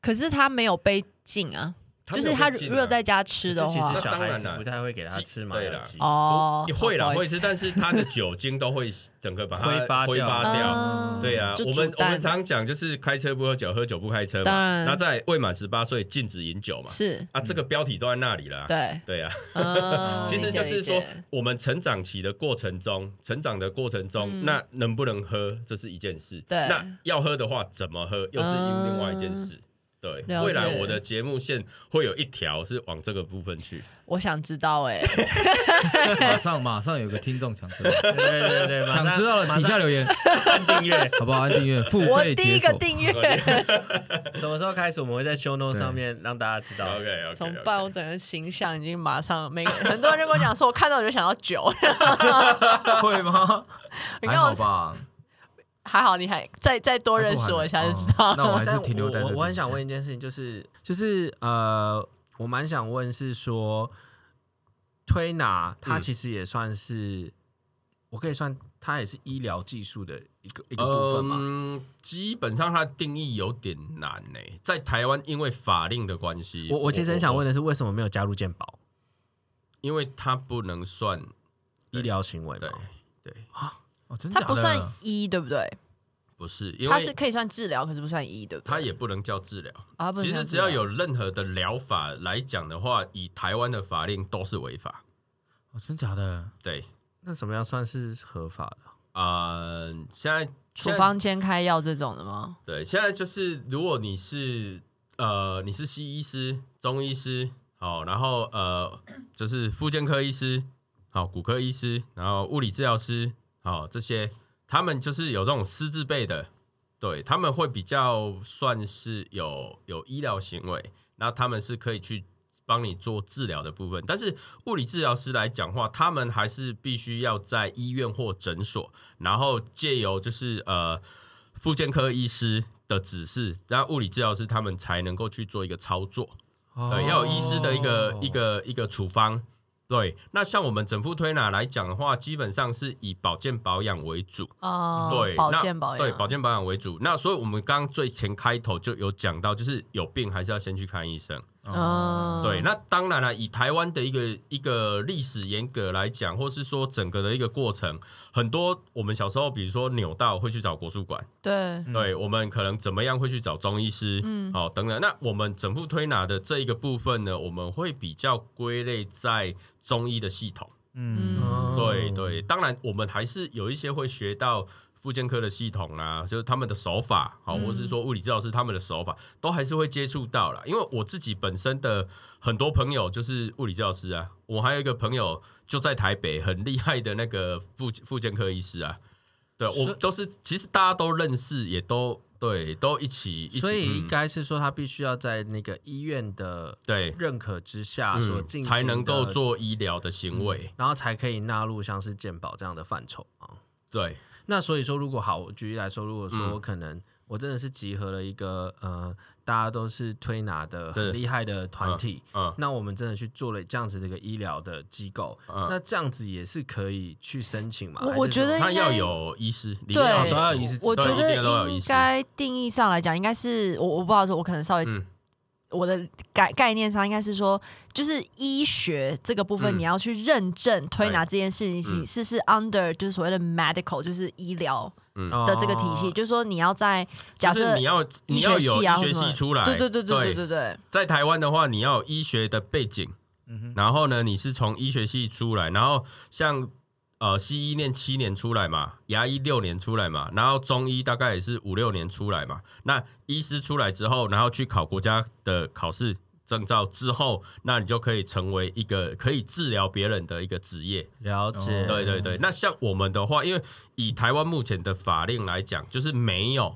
C: 可是它没有被禁啊，就是他如果在家吃的
B: 可是其
C: 话
B: 实，小
A: 那当
B: 孩
A: 然
B: 子
A: 啦
B: 不太会给他
A: 鸡
B: 吃麻
A: 对
B: 油
A: 啦
B: 鸡，
C: 哦
A: 你，会
C: 哦
A: 啦
C: 不好
A: 会
C: 意
A: 吃，
C: 思
A: 但是它的酒精都会整个把它
B: 挥发掉
A: 挥发掉。
C: 嗯
A: 对啊，
C: 就
A: 我们
C: 煮
A: 我
C: 蛋
A: 们常讲就是开车不喝酒，喝酒不开车
C: 当
A: 嘛。
C: 然
A: 那在未满十八岁禁止饮酒嘛。
C: 是，
A: 啊，这个标题都在那里啦。
C: 对，
A: 对啊，
C: 嗯，
A: 其实就是说
C: 理解理解，
A: 我们成长期的过程中，成长的过程中，
C: 嗯
A: 那能不能喝，这是一件事。
C: 对
A: 那要喝的话，怎么喝，又是另外一件事。对，
C: 嗯了解
A: 未来我的节目线会有一条是往这个部分去。
C: 我想知道哎，
D: 马上马上有个听众想 知道，
B: 对对对对，
D: 想知道的底下留言，
B: 下订阅。
D: 好不好？按订阅，付
C: 我
D: 费
C: 第
D: 解
C: 一个
D: 锁。
C: 订
A: 哦
C: 阅。
B: 什么时候开始我们会在 show note 上面让大家知道
A: OK？OK，
C: 怎么办？我整个形象已经马上每个很多人就跟我讲说，我看到我就想到酒。
D: 会吗？
C: 你
D: 还
C: 看我
D: 好吧，
C: 还好，你还再再多认识我一下就知 道
D: 哦。那我还是
B: 但
D: 停留在
B: 我
D: 这
B: 我
D: 里
B: 我很想问一件事情，就是就是呃，我蛮想问是说，推拿它
A: 嗯
B: 其实也算是，我可以算它也是医疗技术的一个一个部分嘛。
A: 嗯，基本上它的定义有点难呢、在台湾因为法令的关系，
B: 我我其实很想问，的是，为什么没有加入健保
A: 因为它不能算对
B: 医疗行为嘛
A: 对？对，
D: 哦，真
C: 它
D: 假
C: 不算
D: 的？
C: 医，对不对？
A: 不是，因
C: 它是
A: 为
C: 可以算治疗，可是不算医，对不对？
A: 它也不能叫治疗。
C: 啊，不能
A: 其
C: 算
A: 实
C: 治
A: 只
C: 疗
A: 要有任何的疗法来讲的话，以台湾的法令都是违法。
D: 哦，真假的？
A: 对，
B: 那怎么样算是合法的？
A: 呃，现在
C: 处方间开药这种的吗？
A: 对，现在就是如果你是呃你是西医师、中医师，好、然后呃就是复健科医师，好、骨科医师，然后物理治疗师，好、这些，他们就是有这种师字辈的，对他们会比较算是有有医疗行为，那他们是可以去。帮你做治疗的部分，但是物理治疗师来讲话，他们还是必须要在医院或诊所，然后借由就是呃复健科医师的指示，然后物理治疗师他们才能够去做一个操作，
D: 哦
A: 对，要有医师的一个、一个一个处方。对，那像我们整副推拿来讲的话，基本上是以保健保养为主，
C: 哦，
A: 对，
C: 保
A: 那
C: 健保养，
A: 对保健保养为主。那所以我们刚刚最前开头就有讲到，就是有病还是要先去看医生。
C: 嗯，
A: 对，那当然了，以台湾的一个一个历史严格来讲，或是说整个的一个过程，很多我们小时候，比如说扭到会去找国术馆。
C: 对
A: 对我们可能怎么样会去找中医师，嗯，好、等等。那我们整副推拿的这一个部分呢，我们会比较归类在中医的系统。
B: 哦
A: 嗯对对，当然我们还是有一些会学到复健科的系统啊，就是他们的手法，
B: 嗯
A: 好、或是说物理治疗师他们的手法，都还是会接触到啦。因为我自己本身的很多朋友就是物理治疗师啊，我还有一个朋友就在台北很厉害的那个复复健科医师啊，对我
B: 所以
A: 们都是其实大家都认识，也都对，都一起一起，
B: 所以
A: 嗯
B: 应该是说他必须要在那个医院的
A: 对
B: 认可之下
A: 嗯
B: 所进行的
A: 才能够，做医疗的行为。
B: 然后才可以纳入像是健保这样的范畴啊。
A: 对，
B: 那所以说，如果好，我举例来说，如果
A: 嗯
B: 说可能我真的是集合了一个呃，大家都是推拿的
A: 对
B: 很厉害的团体，
A: 嗯
B: 那我们真的去做了这样子的一个医疗的机构，
A: 嗯，
B: 那这样子也是可以去申请嘛？
C: 我
B: 还是
C: 我觉得
A: 他
C: 应该
A: 要有医师，里面哦
C: 对
A: 要有
B: 都要有医师
C: 我觉
A: 对一定要都要
C: 得
A: 有医
C: 应
A: 师
C: 该定义上来讲，应该是我我不好说，我可能稍微、
A: 嗯
C: 我的概概念上应该是说，就是医学这个部分，
A: 嗯
C: 你要去认证推拿这件事情
A: 嗯
C: 是是是 under 就是所谓的 medical 就是医疗
B: 说
C: 的这个体系，
B: 哦
C: 就是说你要在假
A: 就是
C: 设
A: 你要你
C: 医
A: 要
C: 学
A: 有
C: 系
A: 医
C: 啊或
A: 学
C: 什
A: 系
C: 么
A: 出来，
C: 对对对对对对对，
A: 在台湾的话，你要有医学的背景，然后呢，你是从医学系出来，然后像呃西医念七年出来嘛，牙医六年出来嘛，然后中医大概也是五六年出来嘛。那医师出来之后，然后去考国家的考试证照之后，那你就可以成为一个可以治疗别人的一个职业。
B: 哦了解，
A: 哦对对对，那像我们的话，因为以台湾目前的法令来讲，就是没有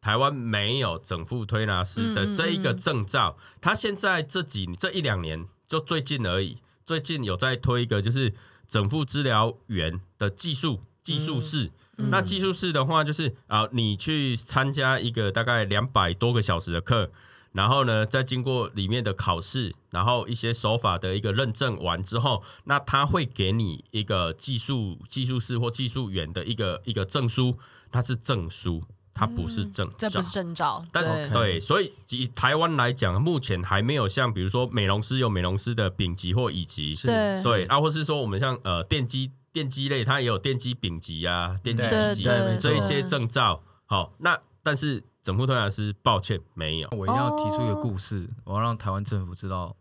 A: 台湾没有整副推拿师的这一个证照，他现在这几这一两年就最近而已，最近有在推一个就是整副治疗员的技术技术士。那技术士的话，就是啊、你去参加一个大概两百多个小时的课，然后呢，再经过里面的考试，然后一些手法的一个认证完之后，那他会给你一个技术技术师或技术员的一个一个证书，它是证书，它不是证
C: 这
A: 照。
C: 不是证照，
A: 啊但
C: 对
B: OK
A: 对，所以以台湾来讲，目前还没有像比如说美容师有美容师的丙级或乙级，
B: 是
C: 对
A: 对，啊，或是说我们像呃电机电机类，它也有电机丙级啊、电机
B: 对
A: 乙级
C: 对
A: 啊
C: 对
A: 这一
C: 对
A: 些证照。好，那但是整副推拿师，抱歉没有。
D: 我一定要提出一个故事，我要让台湾政府知道，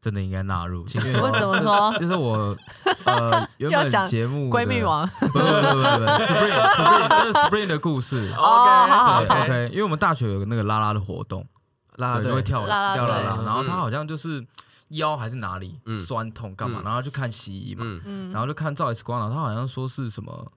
D: 真的应该纳入。因
C: 我怎么 说
D: 就是我呃原
C: 要
D: 本
C: 讲
D: 节目的
C: 闺 蜜王
D: 不不不不不，Spring Spring 这是 Spring 的故事。
C: 哦，好好
D: 对 OK，因为我们大学有个那个拉拉的活动，
B: 啦啦
D: 对，就会
B: 队
D: 跳
C: 啦啦
D: 跳拉
C: 队
D: 拉，然后他
A: 啊嗯
D: 好像就是腰还是哪里
A: 嗯
D: 酸痛干嘛，
A: 嗯
D: 然后去看西医嘛，
A: 嗯，
D: 然后就看照 X 光了，他好像说是什么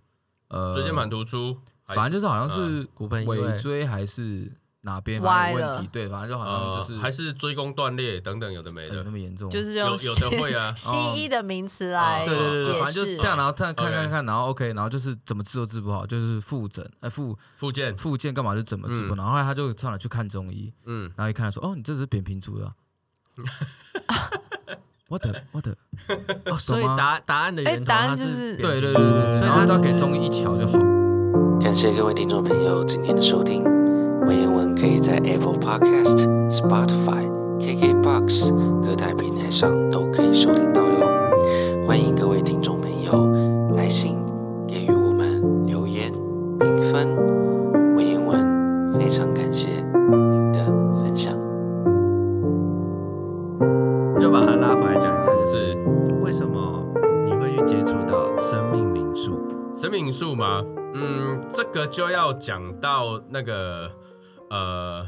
D: 呃
A: 椎间盘突出，还
D: 反正就是好像
A: 嗯
D: 是
B: 骨盆移位
D: 尾椎还是哪边
C: 歪
D: 反正有问
C: 了
D: 题，对，反正就好
A: 呃
D: 像就是
A: 还是椎弓断裂等等，有的没
D: 哎有
A: 的
D: 那，么严重，
C: 就是
A: 有
C: 用。
A: 有的会啊
C: 西医的名词
A: 哦
C: 来
D: 对对对对，
C: 解
D: 反正就
C: 释
D: 这，样，然后看看
A: OK
D: 看看，然后 OK，然后就是怎么治都治不好，就是复诊，哎复
A: 附件，
D: 复健干嘛就怎么治不好，然后后来他就上来去看中医，
A: 嗯，
D: 然后一看他说，哦，你这只是扁平足的啊，我的我的，
B: 哦，所以
D: 懂吗
B: 答答案的源
C: 哎
B: 头
C: 答案
B: 它
C: 就是
B: 扁平
D: 对对对对，
B: 所以
D: 然后
B: 他
D: 要
B: 是
D: 给中医一瞧就好。
E: 感谢各位听众朋友今天的收听。文言文可以在 Apple Podcast、Spotify、KKBox 各大平台上都可以收听到哟。欢迎各位听众朋友来信给予我们留言、评分。文言文非常感谢您的分享。
F: 就把它拉回来讲一下，就是
A: 是
F: 为什么你会去接触到生命灵数？
A: 生命树吗？嗯，这个就要讲到那个呃，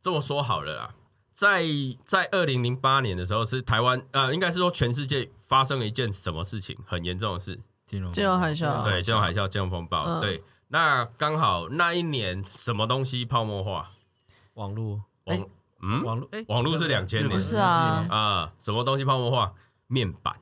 A: 这么说好了啦，在在二零零八年的时候，是台湾呃，应该是说全世界发生了一件什么事情，很严重的事，
D: 金融
C: 这种很凶，
A: 对，金融海啸、金融风暴，
C: 啊嗯
A: 对。那刚好那一年什么东西泡沫化？
B: 网络，
A: 网、
B: 哎，
A: 嗯，
B: 网络，哎，
A: 网络是两千年
C: 不是啊，
A: 啊、什么东西泡沫化？面板。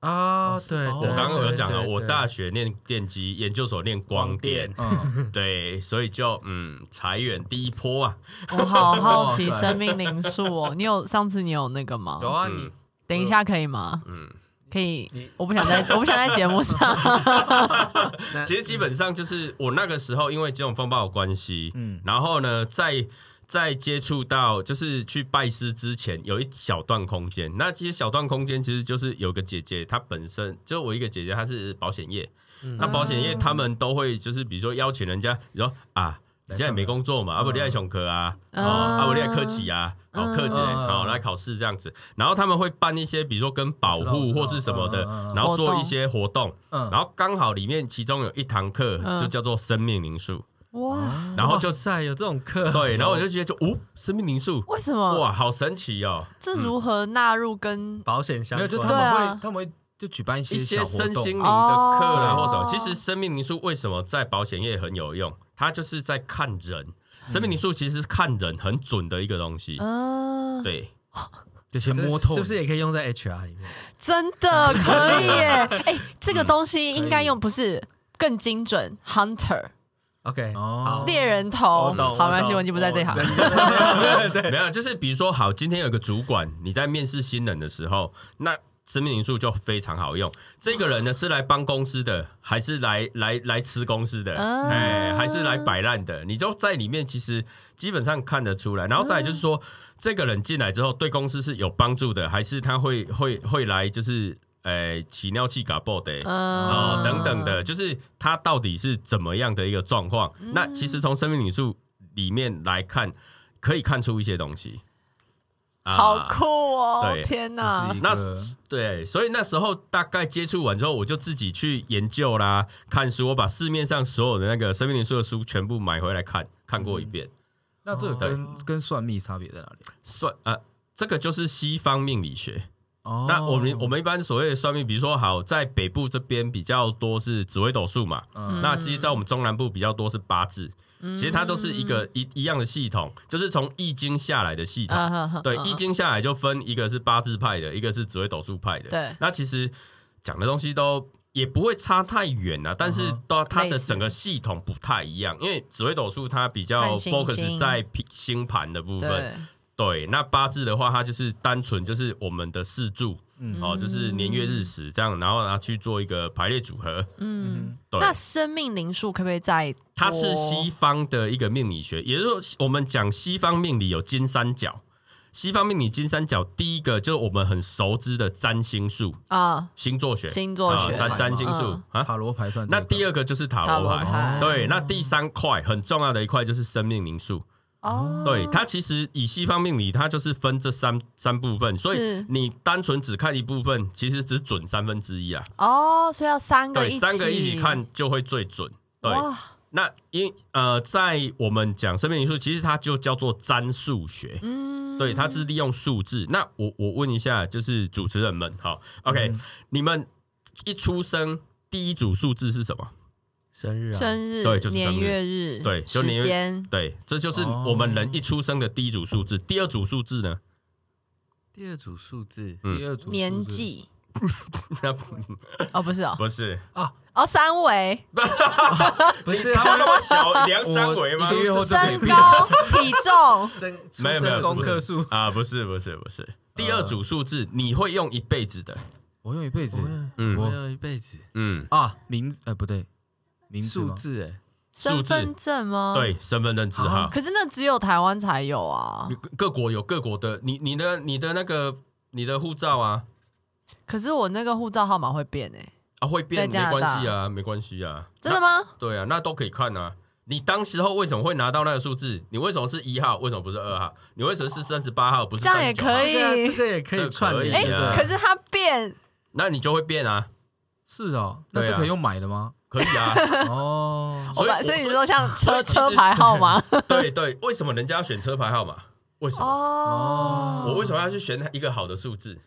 B: 啊，对，
D: 哦
A: 我
B: 对
A: 刚刚有讲了，
B: 对对
A: 我
B: 对
A: 大学念电机，研究所念光电，
D: 嗯，
A: 对，所以就嗯裁员第一波啊，
C: 我好好奇生命灵数哦，你有上次你有那个吗？
B: 有啊，
A: 嗯
B: 你
C: 等一下可以吗？
A: 嗯，
C: 可以
B: 你，
C: 我不想在，我不想在节目上。
A: 其实基本上就是我那个时候因为金融风暴的关系，嗯
D: 嗯，
A: 然后呢，在在接触到就是去拜师之前，有一小段空间。那其实小段空间其实就是有个姐姐，她本身就我一个姐姐，她是保险业，那保险业他们都会就是比如说邀请人家，比如说啊。你现在没工作嘛？阿伯利爱熊科啊，哦，阿伯利爱科技啊，好科技，
D: 嗯
A: 好来考试这样子。然后他们会办一些，比如说跟保
D: 我知道我
A: 护
D: 知道
A: 或是什么的
D: 嗯嗯，嗯
A: 然后做
C: 活
A: 一
C: 动
A: 些活动。
D: 嗯
A: 然后刚好里面其中有一堂课
C: 嗯
A: 就叫做生命灵数，
C: 哇，
A: 然后就
B: 哇塞，有这种课，
A: 对，然后我就觉得就哦，生命灵数，
C: 为什么？
A: 哇，好神奇哦！
C: 这如何纳入跟
B: 保险相
D: 没有，
B: 关，
D: 就他
C: 对
D: 们
C: 啊
D: 会，他们会
G: 就举办一些
A: 一些
G: 小活
A: 身心灵
G: 动，
A: 的课啊，
C: 哦
A: 或什么。其实生命灵数为什么在保险业很有用？它就是在看人。
D: 嗯
A: 生命灵数其实是看人很准的一个东西。
C: 嗯，
A: 对，
G: 就先
D: 啊是
G: 摸透，
D: 是不是也可以用在 HR 里面？
C: 真的可以耶！哎、这个东西应该用不是更精准，hunter
D: OK，
G: 哦
D: 好
C: 猎人头。
B: 哦
D: 我懂
C: 哦好，
D: 我
C: 没关系，
D: 懂
C: 我已经不在这一行。
A: 没有，就是比如说，好，今天有个主管，你在面试新人的时候，那生命灵数就非常好用。这个人呢是来帮公司的，还是来 来来吃公司的？
C: 嗯
A: 哎、还是来摆烂的？你就在里面，其实基本上看得出来。然后再来就是说，这个人进来之后对公司是有帮助的，还是他会会会来就是。哎，起尿气嘎爆的，哦
C: 嗯，
A: 等等的，就是他到底是怎么样的一个状况？那其实从生命理数里面来看，可以看出一些东西。啊
C: 好酷哦！
A: 对
C: 天哪
G: 就是一！
A: 那
G: 个
A: 对，所以那时候大概接触完之后，我就自己去研究啦，看书，我把市面上所有的那个生命灵数的书全部买回来看，看过一遍。
G: 那这个跟跟算命差别在哪里？
A: 算呃，这个就是西方命理学。
G: 哦
A: 那我们我们一般所谓的算命，比如说好，在北部这边比较多是紫微斗数嘛，
G: 嗯
A: 那其实，在我们中南部比较多是八字，
C: 嗯
A: 其实它都是一个一一样的系统，就是从易经下来的系统。
C: 啊哈哈
A: 对，
C: 嗯
A: 易经下来就分一个是八字派的，一个是紫微斗数派的。
C: 对
A: 那其实讲的东西都也不会差太远啊，但是到它
C: 嗯类
A: 的
C: 似
A: 整个系统不太一样，因为紫微斗数它比较
C: 看星星
A: focus 在皮星盘的部分，
C: 对，
A: 对，那八字的话，它就是单纯就是我们的四柱，嗯，哦，就是年月日时这样，然后拿去做一个排列组合，
C: 嗯，
A: 对。
C: 那生命灵数可不可以再多？
A: 它是西方的一个命理学，也就是说，我们讲西方命理有金三角。西方命理金三角，第一个就是我们很熟知的占星术、
C: 啊，
A: 星座学、
C: 星座
A: 啊
C: 学
A: 占占星术
C: 嗯
A: 啊。
G: 塔罗牌算这
A: 那
G: 个
A: 第二个就是塔
C: 塔
A: 罗
C: 罗
A: 牌，
C: 牌
A: 对。那第三块很重要的一块就是生命灵数，
C: 哦，
A: 对它其实以西方命理，它就是分这三三部分，所以
C: 是
A: 你单纯只看一部分，其实只准三分之一啊。
C: 哦，所以要三个
A: 对，
C: 一起，
A: 三个一起看就会最准。对，
C: 哇，
A: 那因呃，在我们讲生命灵数，其实它就叫做占数学，对，它是利用数字。那我我问一下，就是主持人们，好，OK，、你们一出生第一组数字是什么？
D: 生日啊，
C: 生日、
A: 对就是生日
C: 年月日，
A: 对就年月
C: 时间，
A: 对，这就是我们人一出生的第一组数字。第二组数字呢？
D: 第二组数字
G: 第二组数字
C: 年纪。
A: 那不
C: 哦，不是哦，
A: 不是，
C: 哦，三围、
D: 不
A: 你
D: 是
A: 他那么 小，量三维吗
G: 一？个月后就可以
C: 身
G: 变
C: 高、体 重，
D: 生出
A: 没有没有
D: 生功课
A: 不
D: 数
A: 是啊，不是不是不是，第二组数字你会用一辈子的，
G: 我用一辈子
A: 嗯
D: 我有一辈子
A: 嗯，
G: 啊，名字呃不对，名字
D: 数
G: 吗
D: 字哎，
A: 数
C: 身
A: 字
C: 份证吗？。
A: 对，身份证字号。
C: 可是那只有台湾才有啊
A: 你。各各国有各国的，你你的你的那个你的护照啊
C: 可是我那个护照号码会变诶、
A: 啊会变
C: 在
A: 没
C: 加拿大
A: 关系啊，没关系啊，
C: 真的吗？
A: 对啊，那都可以看啊。你当时候为什么会拿到那个数字？你为什么是一号？为什么不是二号？你为什么是三十八号？不是
C: 这样也
A: 39号
C: 可
D: 这
B: 啊
D: 个啊这
C: 以。
A: 嗯
D: 个也可以串
A: 这
D: 联
A: 可以啊
D: 的，
C: 哎可是它变，
A: 那你就会变啊，
G: 是哦，那
A: 对
G: 这
A: 啊
G: 可以用买的 吗？
A: 可以 啊。
G: 哦，
C: 我
A: 所以
C: 把
A: 我
C: 所以你说像车
A: 所以其
C: 车
A: 实
C: 牌号码
A: 对对，为什么人家要选车牌号码？为什么？
C: 哦。
A: 我为什么要去选一个好的数字？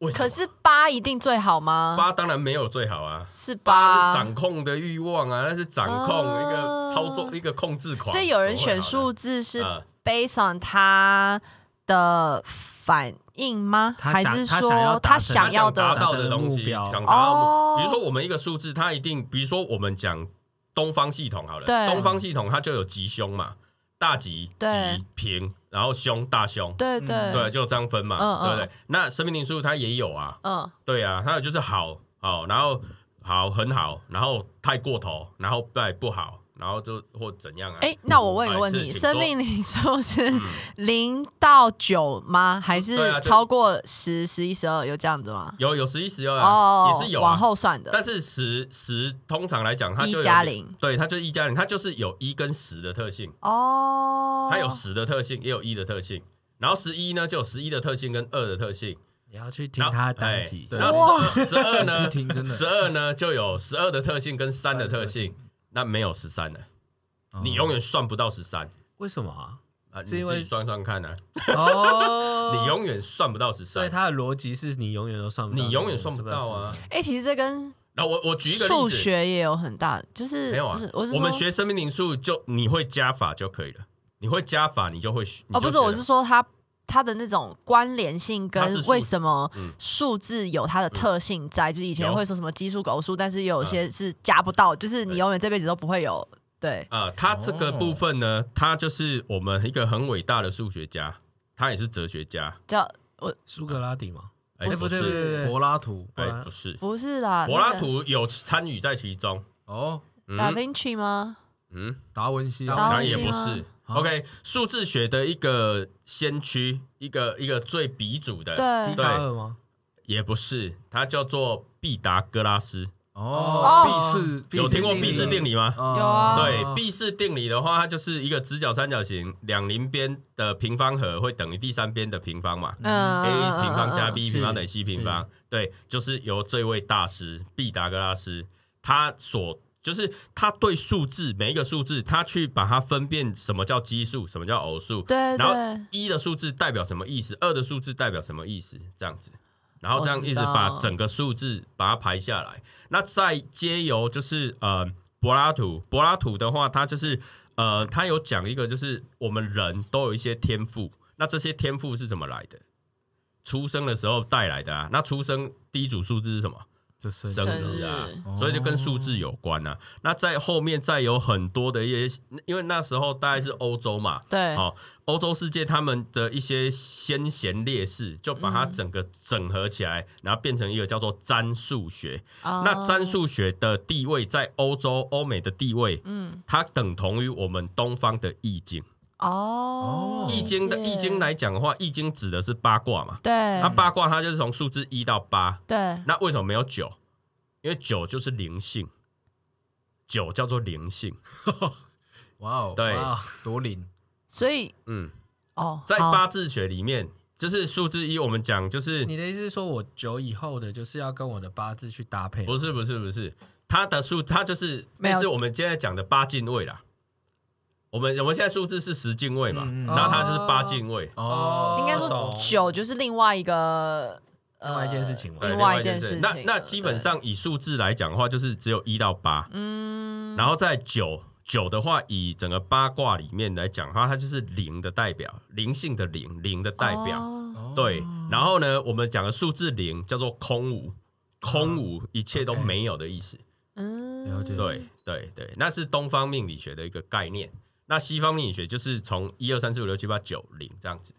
A: 为什么？
C: 可是八一定最好吗？
A: 八当然没有最好啊。
C: 是
A: 八
C: 八
A: 是掌控的欲望啊，那是掌控
C: 哦
A: 一个操纵一个控制狂。
C: 所以有人
A: 怎
C: 选
A: 么会好
C: 数
A: 呢
C: 字是
A: 啊
C: based on 他的反应吗？
D: 他
C: 还
D: 想
C: 是
D: 他想
C: 说
D: 要达
C: 他
D: 成
C: 想
A: 他
C: 要
A: 想达
C: 的？
A: 到的东西，
D: 目标
A: 想达到的目
C: 哦
A: 比如说我们一个数字，它一定，比如说我们讲东方系统好了，
C: 对
A: 东方系统它就有吉凶嘛，大吉、
C: 对
A: 吉平，然后凶大凶，
C: 对对
A: 嗯对，就这样分嘛，
C: 嗯嗯
A: 对不对？那生命灵数它也有啊，
C: 嗯，
A: 对啊，它有就是好好，然后好很好，然后太过头，然后再不好，然后就或怎样啊？
C: 哎，那我问一个
A: 哎
C: 问
A: 是
C: 题：
A: 请说
C: 生
A: 嗯
C: 命灵数是零到九吗？还
A: 对啊就
C: 是超过十、十一、十二有这样子吗？
A: 有有十一十二啊，
C: 哦，
A: 也是有啊
C: 往后算的
A: 但。是十十通常来讲，它就有
C: 一加零，
A: 对，它就一加零，它就是有一跟十的特性，
C: 哦，
A: 它有十的特性，也有一的特性。然后十一呢，就有十一的特性跟二的特性。
D: 你要去听
A: 然后
D: 他的单
A: 哎
D: 集，
G: 对
A: 然后十二呢
G: 去，听真的
A: 十二呢就有十二的特性跟三
G: 哦
A: 的特性，那没有十三了，你永远算不到十三。
D: 为什么啊？
A: 啊，你
D: 是因
A: 自
D: 为
A: 己算算看啊，
D: 哦，
A: 你永远算不到十
D: 所
A: 三
D: 以，它的逻辑是你永远都算不到，
A: 你永远算不到啊。
C: 哎、其实这跟
A: 然后我我举一个
C: 数
A: 例子，
C: 学也有很大，就是
A: 没有啊
C: 不是，我是
A: 我们
C: 说
A: 学生命灵数就你会加法就可以了，你会加法你就会学
C: 哦，不是，我是说它它的那种关联性跟
A: 它是数
C: 为什么
A: 嗯
C: 数字有它的特性在，就是以前
A: 有嗯
C: 会说什么奇数、偶数，但是有些是加不到，就是你
A: 对
C: 永远这辈子都不会有。对，
A: 啊、呃他这个
G: 哦
A: 部分呢，他就是我们一个很伟大的数学家，他也是哲学家，
C: 叫
D: 苏格拉底嘛，
A: 哎、
G: 哎
A: 不
G: 不对不
A: 是，
G: 对，柏拉图
A: 哎、
D: 柏拉
A: 不是，
C: 不是啦，
A: 柏拉
C: 啊那个
A: 图有参与在其中，
G: 哦，
C: 达
A: 嗯
C: 芬奇吗？
A: 嗯，
G: 达文西
C: 达
G: 啊，
A: 当
C: 文
A: 然
C: 西
A: 也不
C: 吗
A: 是。OK，数
G: 哦
A: 字学的一个先驱，一个一个最鼻祖的，
C: 对
D: 笛，卡尔吗？
A: 也不是，他叫做毕达哥拉斯。
G: 哦，毕氏
A: 有听过毕
G: 毕
A: 氏定
G: 理
A: 理吗？
G: 啊
C: 有啊
A: 对，毕氏定理的话，它就是一个直角三角形两邻边的平方和会等于第三边的平方嘛。
C: 嗯
A: a
C: 嗯
A: 平方加
C: 嗯嗯
A: b
D: 是
A: 平方等于 c 平方，对，就是由这位大师毕达哥拉斯他所。就是他对数字每一个数字，他去把它分辨什么叫奇数，什么叫偶数，
C: 对
A: 然后
C: 对，
A: 一的数字代表什么意思，二的数字代表什么意思，这样子，然后这样
C: 我
A: 一
C: 哦知
A: 直
C: 道
A: 把整个数字把它排下来。那再接由就是呃柏拉图，柏拉图的话，他就是呃他有讲一个就是我们人都有一些天赋，那这些天赋是怎么来的？出生的时候带来的啊，那出生第一组数字是什么？
G: 这生
A: 生
C: 日
A: 日啊
C: 生，
G: 日
A: 所以就跟数字有关啊。那在后面再有很多的一些，因为那时候大概是欧洲嘛，
C: 对，
A: 好，哦欧洲世界他们的一些先贤烈士，就把它整个整合起来，然后变成一个叫做占数学。那
C: 那
A: 占数学的地位在欧洲、欧美的地位，嗯，它等同于我们东方的易经。
C: 哦，
A: 易经的易经
C: 来
A: 来啊讲的话，易经指的是八卦嘛，
C: 对
A: 那八卦它就是从数字一到八，
C: 对
A: 那为什么没有九？因为九就是灵性，九叫做灵性。
G: 哇哦，
A: 对
G: 哇多灵
C: 所以
A: 嗯，
C: 哦，
A: 在
C: 好
A: 八字学里面，就是数字一，我们讲就是
D: 你的意思是说我九以后的就是要跟我的八字去搭配？
A: 不是不是不是，它的数它就是
C: 没有
A: 就是我们现在讲的八进位啦。我们我们现在数字是十进位嘛，
G: 嗯嗯
A: 然后它是八进位，
D: 哦，
C: 应该说
D: 懂
C: 九就是另外一个呃
D: 另外一件事情嘛
A: 对，
C: 另
A: 另
C: 外
A: 外
C: 一
A: 一
C: 件
A: 件
C: 事情
A: 事。
C: 了
A: 那那基本上以数字来讲的话，就是只有一到八，嗯，然后在九九的话，以整个八卦里面来讲的话，它就是零的代表，灵性的灵，灵的代表。
C: 哦
A: 对，然后呢，我们讲的数字零叫做空无，空无一切都没有的意思。
C: 嗯，
G: 了解
A: 对对对，那是东方命理学的一个概念。那西方命理学就是从一二三四五六七八九零这样子。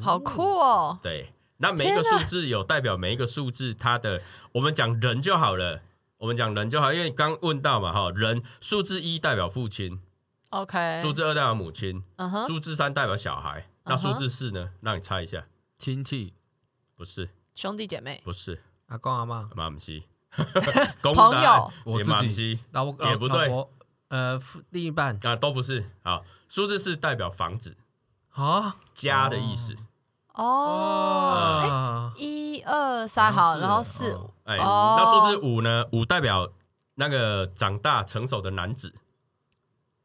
C: 好酷哦，
A: 对，那每一个数字有代表每一个数字它的，我们讲人就好了。我们讲人就好，因为刚问到嘛哈，人数字一代表父亲，
C: OK，
A: 数字二代表母亲，
C: 哎嗯哼，
A: 数字三代表小孩，那
C: 嗯哼
A: 数字四呢？让你猜一下，
G: 亲戚
A: 不是
C: 兄弟姐妹、
A: 不是
D: 阿公阿妈，
A: 马姆 西，公
C: 朋友，
G: 我自
A: 马姆
G: 己
A: 西
D: 老婆
A: 也不对，
D: 老婆呃，夫另一半
A: 啊都不是。好，数字四代表房子
D: 啊
A: 家的意思，
C: 哦，
D: 啊，
C: 一二三，
G: 好
C: 好，
G: 像是
C: 然后四
G: 哦
A: 哎，
C: 哦
A: 那数字五呢？五代表那个长大成熟的男子，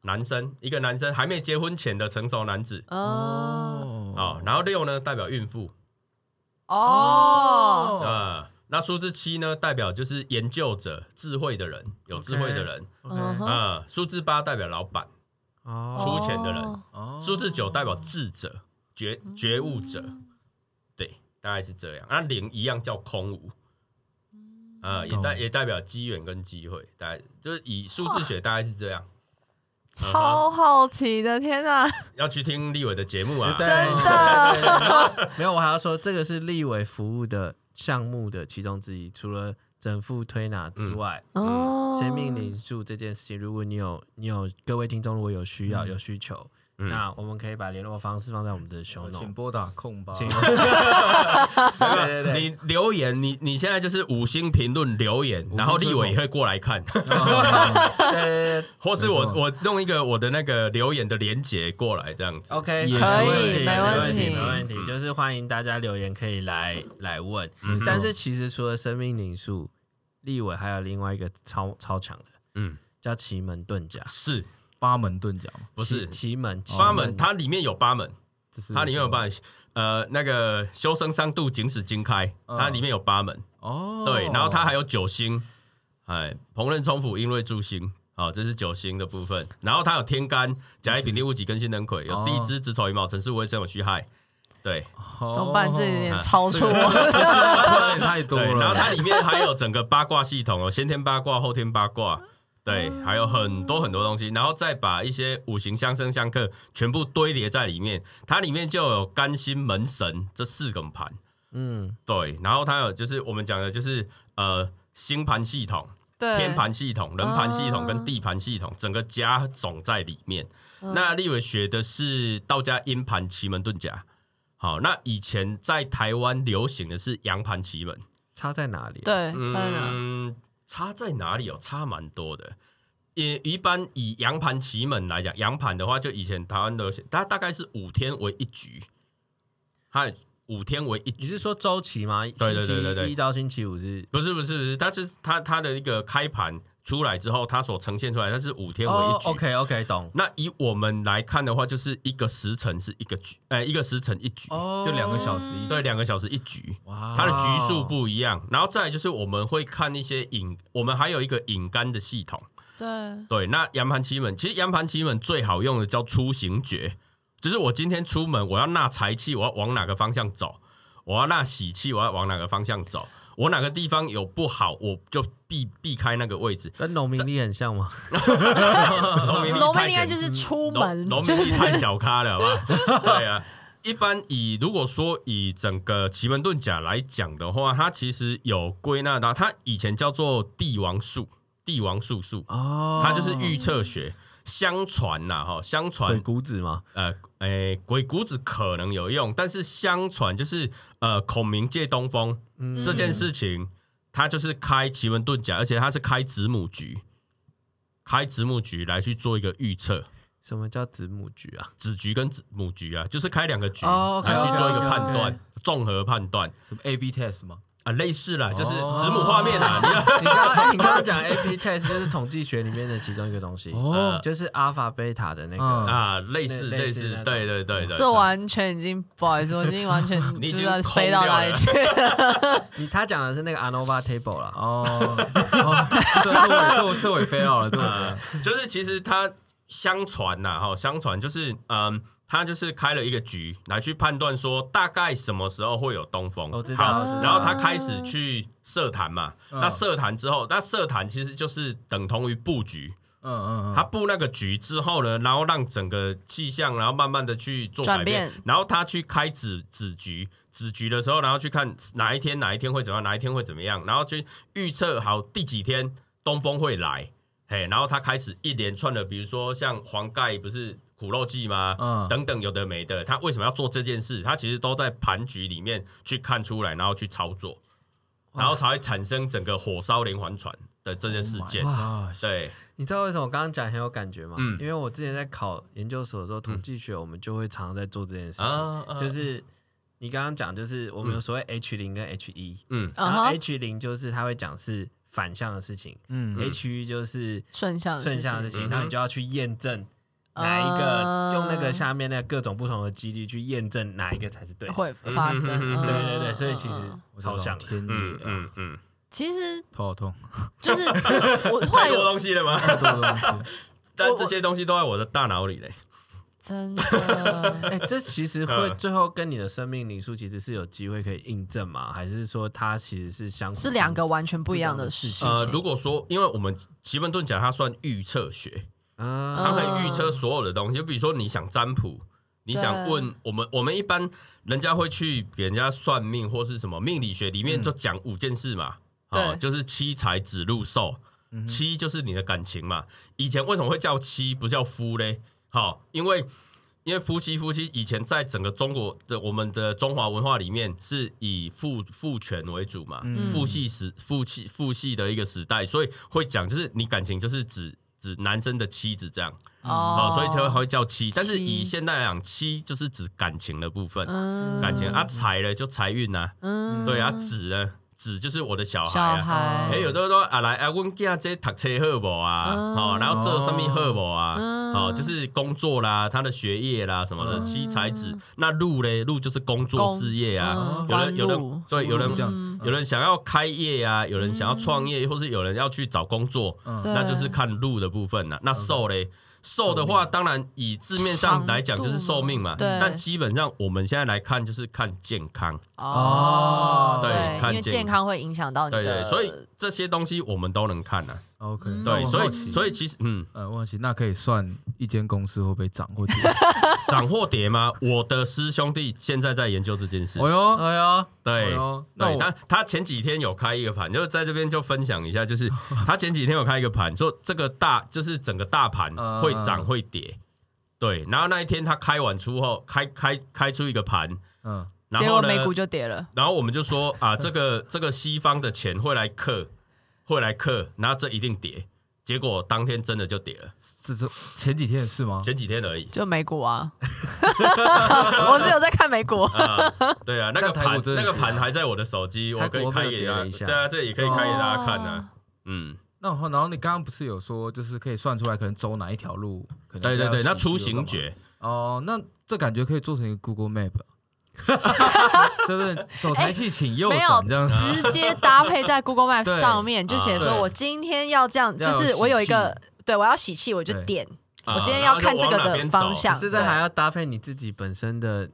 A: 男生，一个男生还没结婚前的成熟男子
C: 嗯，
A: 哦。然后六呢，代表孕妇
C: 哦，
A: 啊、那数字七呢，代表就是研究者、智慧的人，有智慧的人
D: OK
C: 嗯哼
A: 啊、数字八代表老板，
D: 哦，
A: 出钱的人
C: 哦
G: 哦
A: 数字九代表智者、觉觉悟者，对，大概是这样。那零一样叫空无，啊、也代
G: 懂
A: 也代表机缘跟机会，大概就是以数字学大概是这样。
C: 超好奇的，天哪，
A: 要去听立伟的节目啊，
D: 对
C: 真的，
D: 没有，我还要说，这个是立委服务的项目的其中之一，除了整副推拿之外，
C: 哦，
D: 生命灵数这件事情，如果你有你有各位听众如果有需要、有需求，那我们可以把联络方式放在我们的 show
G: 请
D: note。
G: 拨打空吧。
D: 请
A: 对对对，你留言，你你现在就是五星评论留言，然后立伟也会过来看，
D: 对对对
A: 或是
G: 没
A: 我
G: 错
A: 我弄一个我的那个留言的连接过来这样子。
D: ，OK，
G: 也是
C: 可以
G: 问题
D: 题没
C: 没
D: 问
C: 问
D: 题，
C: 题
D: 没问题，就是欢迎大家留言可以来来问。但是其实除了生命灵数，立委还有另外一个超超强的，
A: 嗯
D: 嗯，叫奇门遁甲。
A: 是
D: 八门盾甲嘛，
A: 不是
B: 奇门，奇
A: 八门，它里面有八门，
D: 就是
A: 它里面有八门。呃，那个修身三度，警史经开，它里面有八门。
D: 哦，
A: 对，然后它还有九星，哎，烹饪冲辅，因为助兴。好，这是九星的部分，然后它有天干、甲乙丙丁戊己庚辛壬癸，有地
D: 哦
A: 支子丑寅卯辰巳午未申酉戌亥，对，
D: 哦
C: 怎么办？这有点超出
A: 这个
C: 我。
D: 有点太多
A: 对，然后
D: 了，
A: 它里面还有整个八卦系统哦，先 天八卦、后天八卦，对，
C: 嗯
A: 还有很多很多东西，然后再把一些五行相生相克全部堆叠在里面，它里面就有干心门神这四个盘，嗯，对，然后它有就是我们讲的就是呃星盘系统、
C: 对，
A: 天盘系统、人盘系统
C: 哦
A: 跟地盘系统，整个加总在里面。
C: 嗯
A: 那立伟学的是道家阴盘奇门遁甲。好，那以前在台湾流行的是阳盘奇门，
B: 差在哪里？，啊
C: 对，真的
A: 嗯，差在哪里哦？差蛮多的。也一般以羊盘奇门来讲，羊盘的话，就以前台湾的，它大概是五天为一局，它五天为一局。
B: 你是说周期吗？
A: 对对对对
B: 星
A: 对
B: 期一到星期五是
A: 不是不是不是，它就是它它的一个开盘出来之后，它所呈现出来，它是五天为一局。
B: 哦 OK OK，懂。。
A: 那以我们来看的话，就是一个时辰是一个局，呃，一个时辰一局，
D: 哦，就两个小时一，
A: 对，两个小时一局。
D: 哇，
A: 它的局数不一样，然后再来就是我们会看一些引，我们还有一个引杆的系统，
C: 对，
A: 对，那羊盘奇门，其实羊盘奇门最好用的叫出行诀，就是我今天出门，我要纳财气，我要往哪个方向走；我要纳喜气，我要往哪个方向走；我哪个地方有不好，我就避避开那个位置
B: 跟农民力很像吗？
A: 农民
C: 农
A: 太
C: 民应该
A: 简
C: 就是出门，
A: 农农
C: 就
A: 民力
C: 是
A: 太小咖了，好 吧？对啊，一般以如果说以整个奇门遁甲来讲的话，它其实有归纳到，它以前叫做帝王术，帝王术数，
B: 哦，
A: 它就是预测学。相传呐，哈，相
B: 鬼
A: 传，
B: 谷子嘛，
A: 呃，诶，鬼谷子可能有用，但是相传就是，呃，孔明借东风、这件事情，他就是开奇门遁甲，而且他是开子母局，开子母局来去做一个预测。
B: 什么叫子母局啊？
A: 子局跟子母局啊，就是开两个局
D: 哦，OK，
A: 来去做一个
D: OK，OK，OK
A: 判断，综合判断
D: 什么 A B test 吗？
A: 啊，类似啦，就是
D: 哦
A: 子母画面啊，你看
B: 你刚哎刚你刚刚讲 AP test 就是统计学里面的其中一个东西，呃
D: 哦
B: 就是阿尔法贝塔的那
D: 嗯
B: 个。
A: 啊，类似
B: 类
A: 类
B: 似那
A: 似
B: 种，
A: 对对对对，
C: 这完全已经不好意思，我已经完 全
A: 你已经
C: 不知道飞到哪里去了。
B: 你他讲的是那个 ANOVA table 啦，
D: 哦，哦这这我这我这我也飞到了，这我
A: 呃，就是其实他相传呐，哈，相传就是嗯。他就是开了一个局来去判断说大概什么时候会有东风，
B: 我知道
A: 好
B: 我知道
A: 然后他开始去设坛嘛，
D: 嗯
A: 那设坛之后，那设坛其实就是等同于布局，
D: 嗯嗯嗯，
A: 他布那个局之后呢，然后让整个气象，然后慢慢的去做改
C: 转变
A: 然后他去开子子局，子局的时候，然后去看哪一天哪一天会怎么样，哪一天会怎么样，然后去预测好第几天东风会来，嘿，然后他开始一连串的，比如说像黄盖不是苦肉计吗？
D: 嗯
A: 等等有的没的，他为什么要做这件事？他其实都在盘局里面去看出来，然后去操作，然后才会产生整个火烧连环船的这件事件。
D: 哇，
A: 对，
B: 你知道为什么我刚刚讲很有感觉吗？
A: 嗯
B: 因为我之前在考研究所的时候，统计学我们就会常常在做这件事情，
A: 啊啊
B: 就是你刚刚讲，就是我们有所谓 H 零跟 H 一、
A: 嗯
B: 然
C: 嗯
B: 后
C: 哼，
B: H 零就是他会讲是反向的事情，
D: 嗯
B: h 一就是
C: 顺向的事情
B: 顺向的事情，哦
A: 嗯
B: 然后你就要去验证哪一个，
C: 嗯
B: 用那个下面那各种不同的几率去验证哪一个才是对的。
C: 会发生。
A: 嗯嗯嗯
C: 嗯
B: 对对对，所以其实
C: 嗯嗯嗯
D: 我的
B: 超像
D: 老
B: 的。
D: 天
A: 嗯
D: 爷啊，
A: 嗯嗯，
C: 其实
D: 头好痛，
C: 就是这是我后来
A: 太多
C: 有
A: 东西了吗？
D: 太多东西，
A: 但这些东西都在我的大脑里嘞。
C: 真的
B: 哎，这其实会
A: 嗯
B: 最后跟你的生命灵数其实是有机会可以印证嘛？还是说它其实是相互
C: 是两个完全不一样的事情。
A: 呃，如果说，因为我们奇门遁甲它算预测学，
C: 嗯
B: 啊？
A: 它会预测所有的东西。就比如说你想占卜，你想
C: 对
A: 问我们，我们一般人家会去给人家算命或是什么命理学里面就讲五件事嘛，哦，
C: 对嗯
A: 就是七财子禄寿，七就是你的感情嘛。以前为什么会叫妻不叫夫嘞？好、因为因为夫妻夫妻以前在整个中国的我们的中华文化里面是以父父权为主嘛，
C: 嗯
A: 父系时父系父系的一个时代，所以会讲就是你感情就是指指男生的妻子这样
C: 哦
A: 哦，所以才会还会叫妻。但是
C: 妻
A: 以现代来讲，妻就是指感情的部分，
C: 嗯
A: 感情啊财了就财运呐，
C: 嗯
A: 对啊子呢子就是我的小孩
C: 小
A: 啊，
C: 孩
A: 哎、有的都说啊来啊，阮囝这读册好无啊？
C: 嗯
A: 哦，然后做什么好无啊？哦，就是工作啦，他的学业啦什么
C: 哦
A: 的，七才子。那路嘞，路就是工作事业啊
C: 工。
A: 有人
C: 嗯
A: 有
C: 官路
A: 人对，有人
D: 这样子，
A: 有人想要开业啊，有人想要创业，或是有人要去找工作，
D: 嗯
C: 对
A: 那就是看路的部分了。那寿嘞，寿的
D: 啊
A: 话，当然以字面上来讲就是寿命嘛，
C: 长度嘛对
A: 但基本上我们现在来看就是看健康。
C: 哦，
A: 对看
C: 因为
A: 健
C: 健康会影响到你
A: 对对，
C: 的，
A: 所以这些东西我们都能看呐、啊。
D: OK，那
C: 嗯
A: 对，
D: 我
A: 所
D: 好
A: 以
D: 奇
A: 所以其实嗯，
D: 呃，我好奇，那可以算一间公司会不会涨 或跌？
A: 涨或跌吗？我的师兄弟现在在研究这件事。
D: 哦哟，
B: 哎呦，
A: 对
D: 哎呦那
A: 对，
D: 我
A: 他他前几天有开一个盘，就是在这边就分享一下，就是 他前几天有开一个盘，说这个大就是整个大盘
D: 嗯
A: 会涨会跌。对，然后那一天他开完出后，开开开出一个盘，
D: 嗯，
A: 然
C: 结
A: 后
C: 果
A: 呢，
C: 美股就跌了。
A: 然后我们就说啊，这个这个西方的钱会来克，会来克，然后这一定跌。结果当天真的就跌了，
D: 这是前几天的事吗？
A: 前几天而已。
C: 就美股啊，我是有在看美股，
A: 啊，对啊，那个
D: 但台股
A: 盘
D: 真的
A: 那个
D: 跌啊
A: 盘还在我的手机，我
B: 台
A: 可
B: 股
A: 以
B: 我
A: 开
B: 没有
A: 给
B: 跌
A: 大
B: 了一
A: 家，
B: 下
A: 对啊，这也可以开给大家看啊。嗯，
D: 那然后然后你刚刚不是有说，就是可以算出来可能走哪一条路？可能
A: 对对对，
D: 要
A: 那出行
D: 喜剧
A: 诀，
D: 或干嘛哦，那这感觉可以做成一个 Google Map，就是走财气请右
C: 哎没有
D: 转这样子。
C: 直接搭配在 Google Map
D: 对
C: 上面，就写
D: 啊
C: 说
D: 对
C: 我今天要这样，就
D: 要有
C: 是我有一个
D: 喜
C: 对我要喜气，我就
D: 对
C: 点，
A: 啊
C: 我今天要看这个
A: 然后就往哪
C: 的
A: 边
C: 方
A: 走
C: 向。
B: 现在还要搭配你自己本身的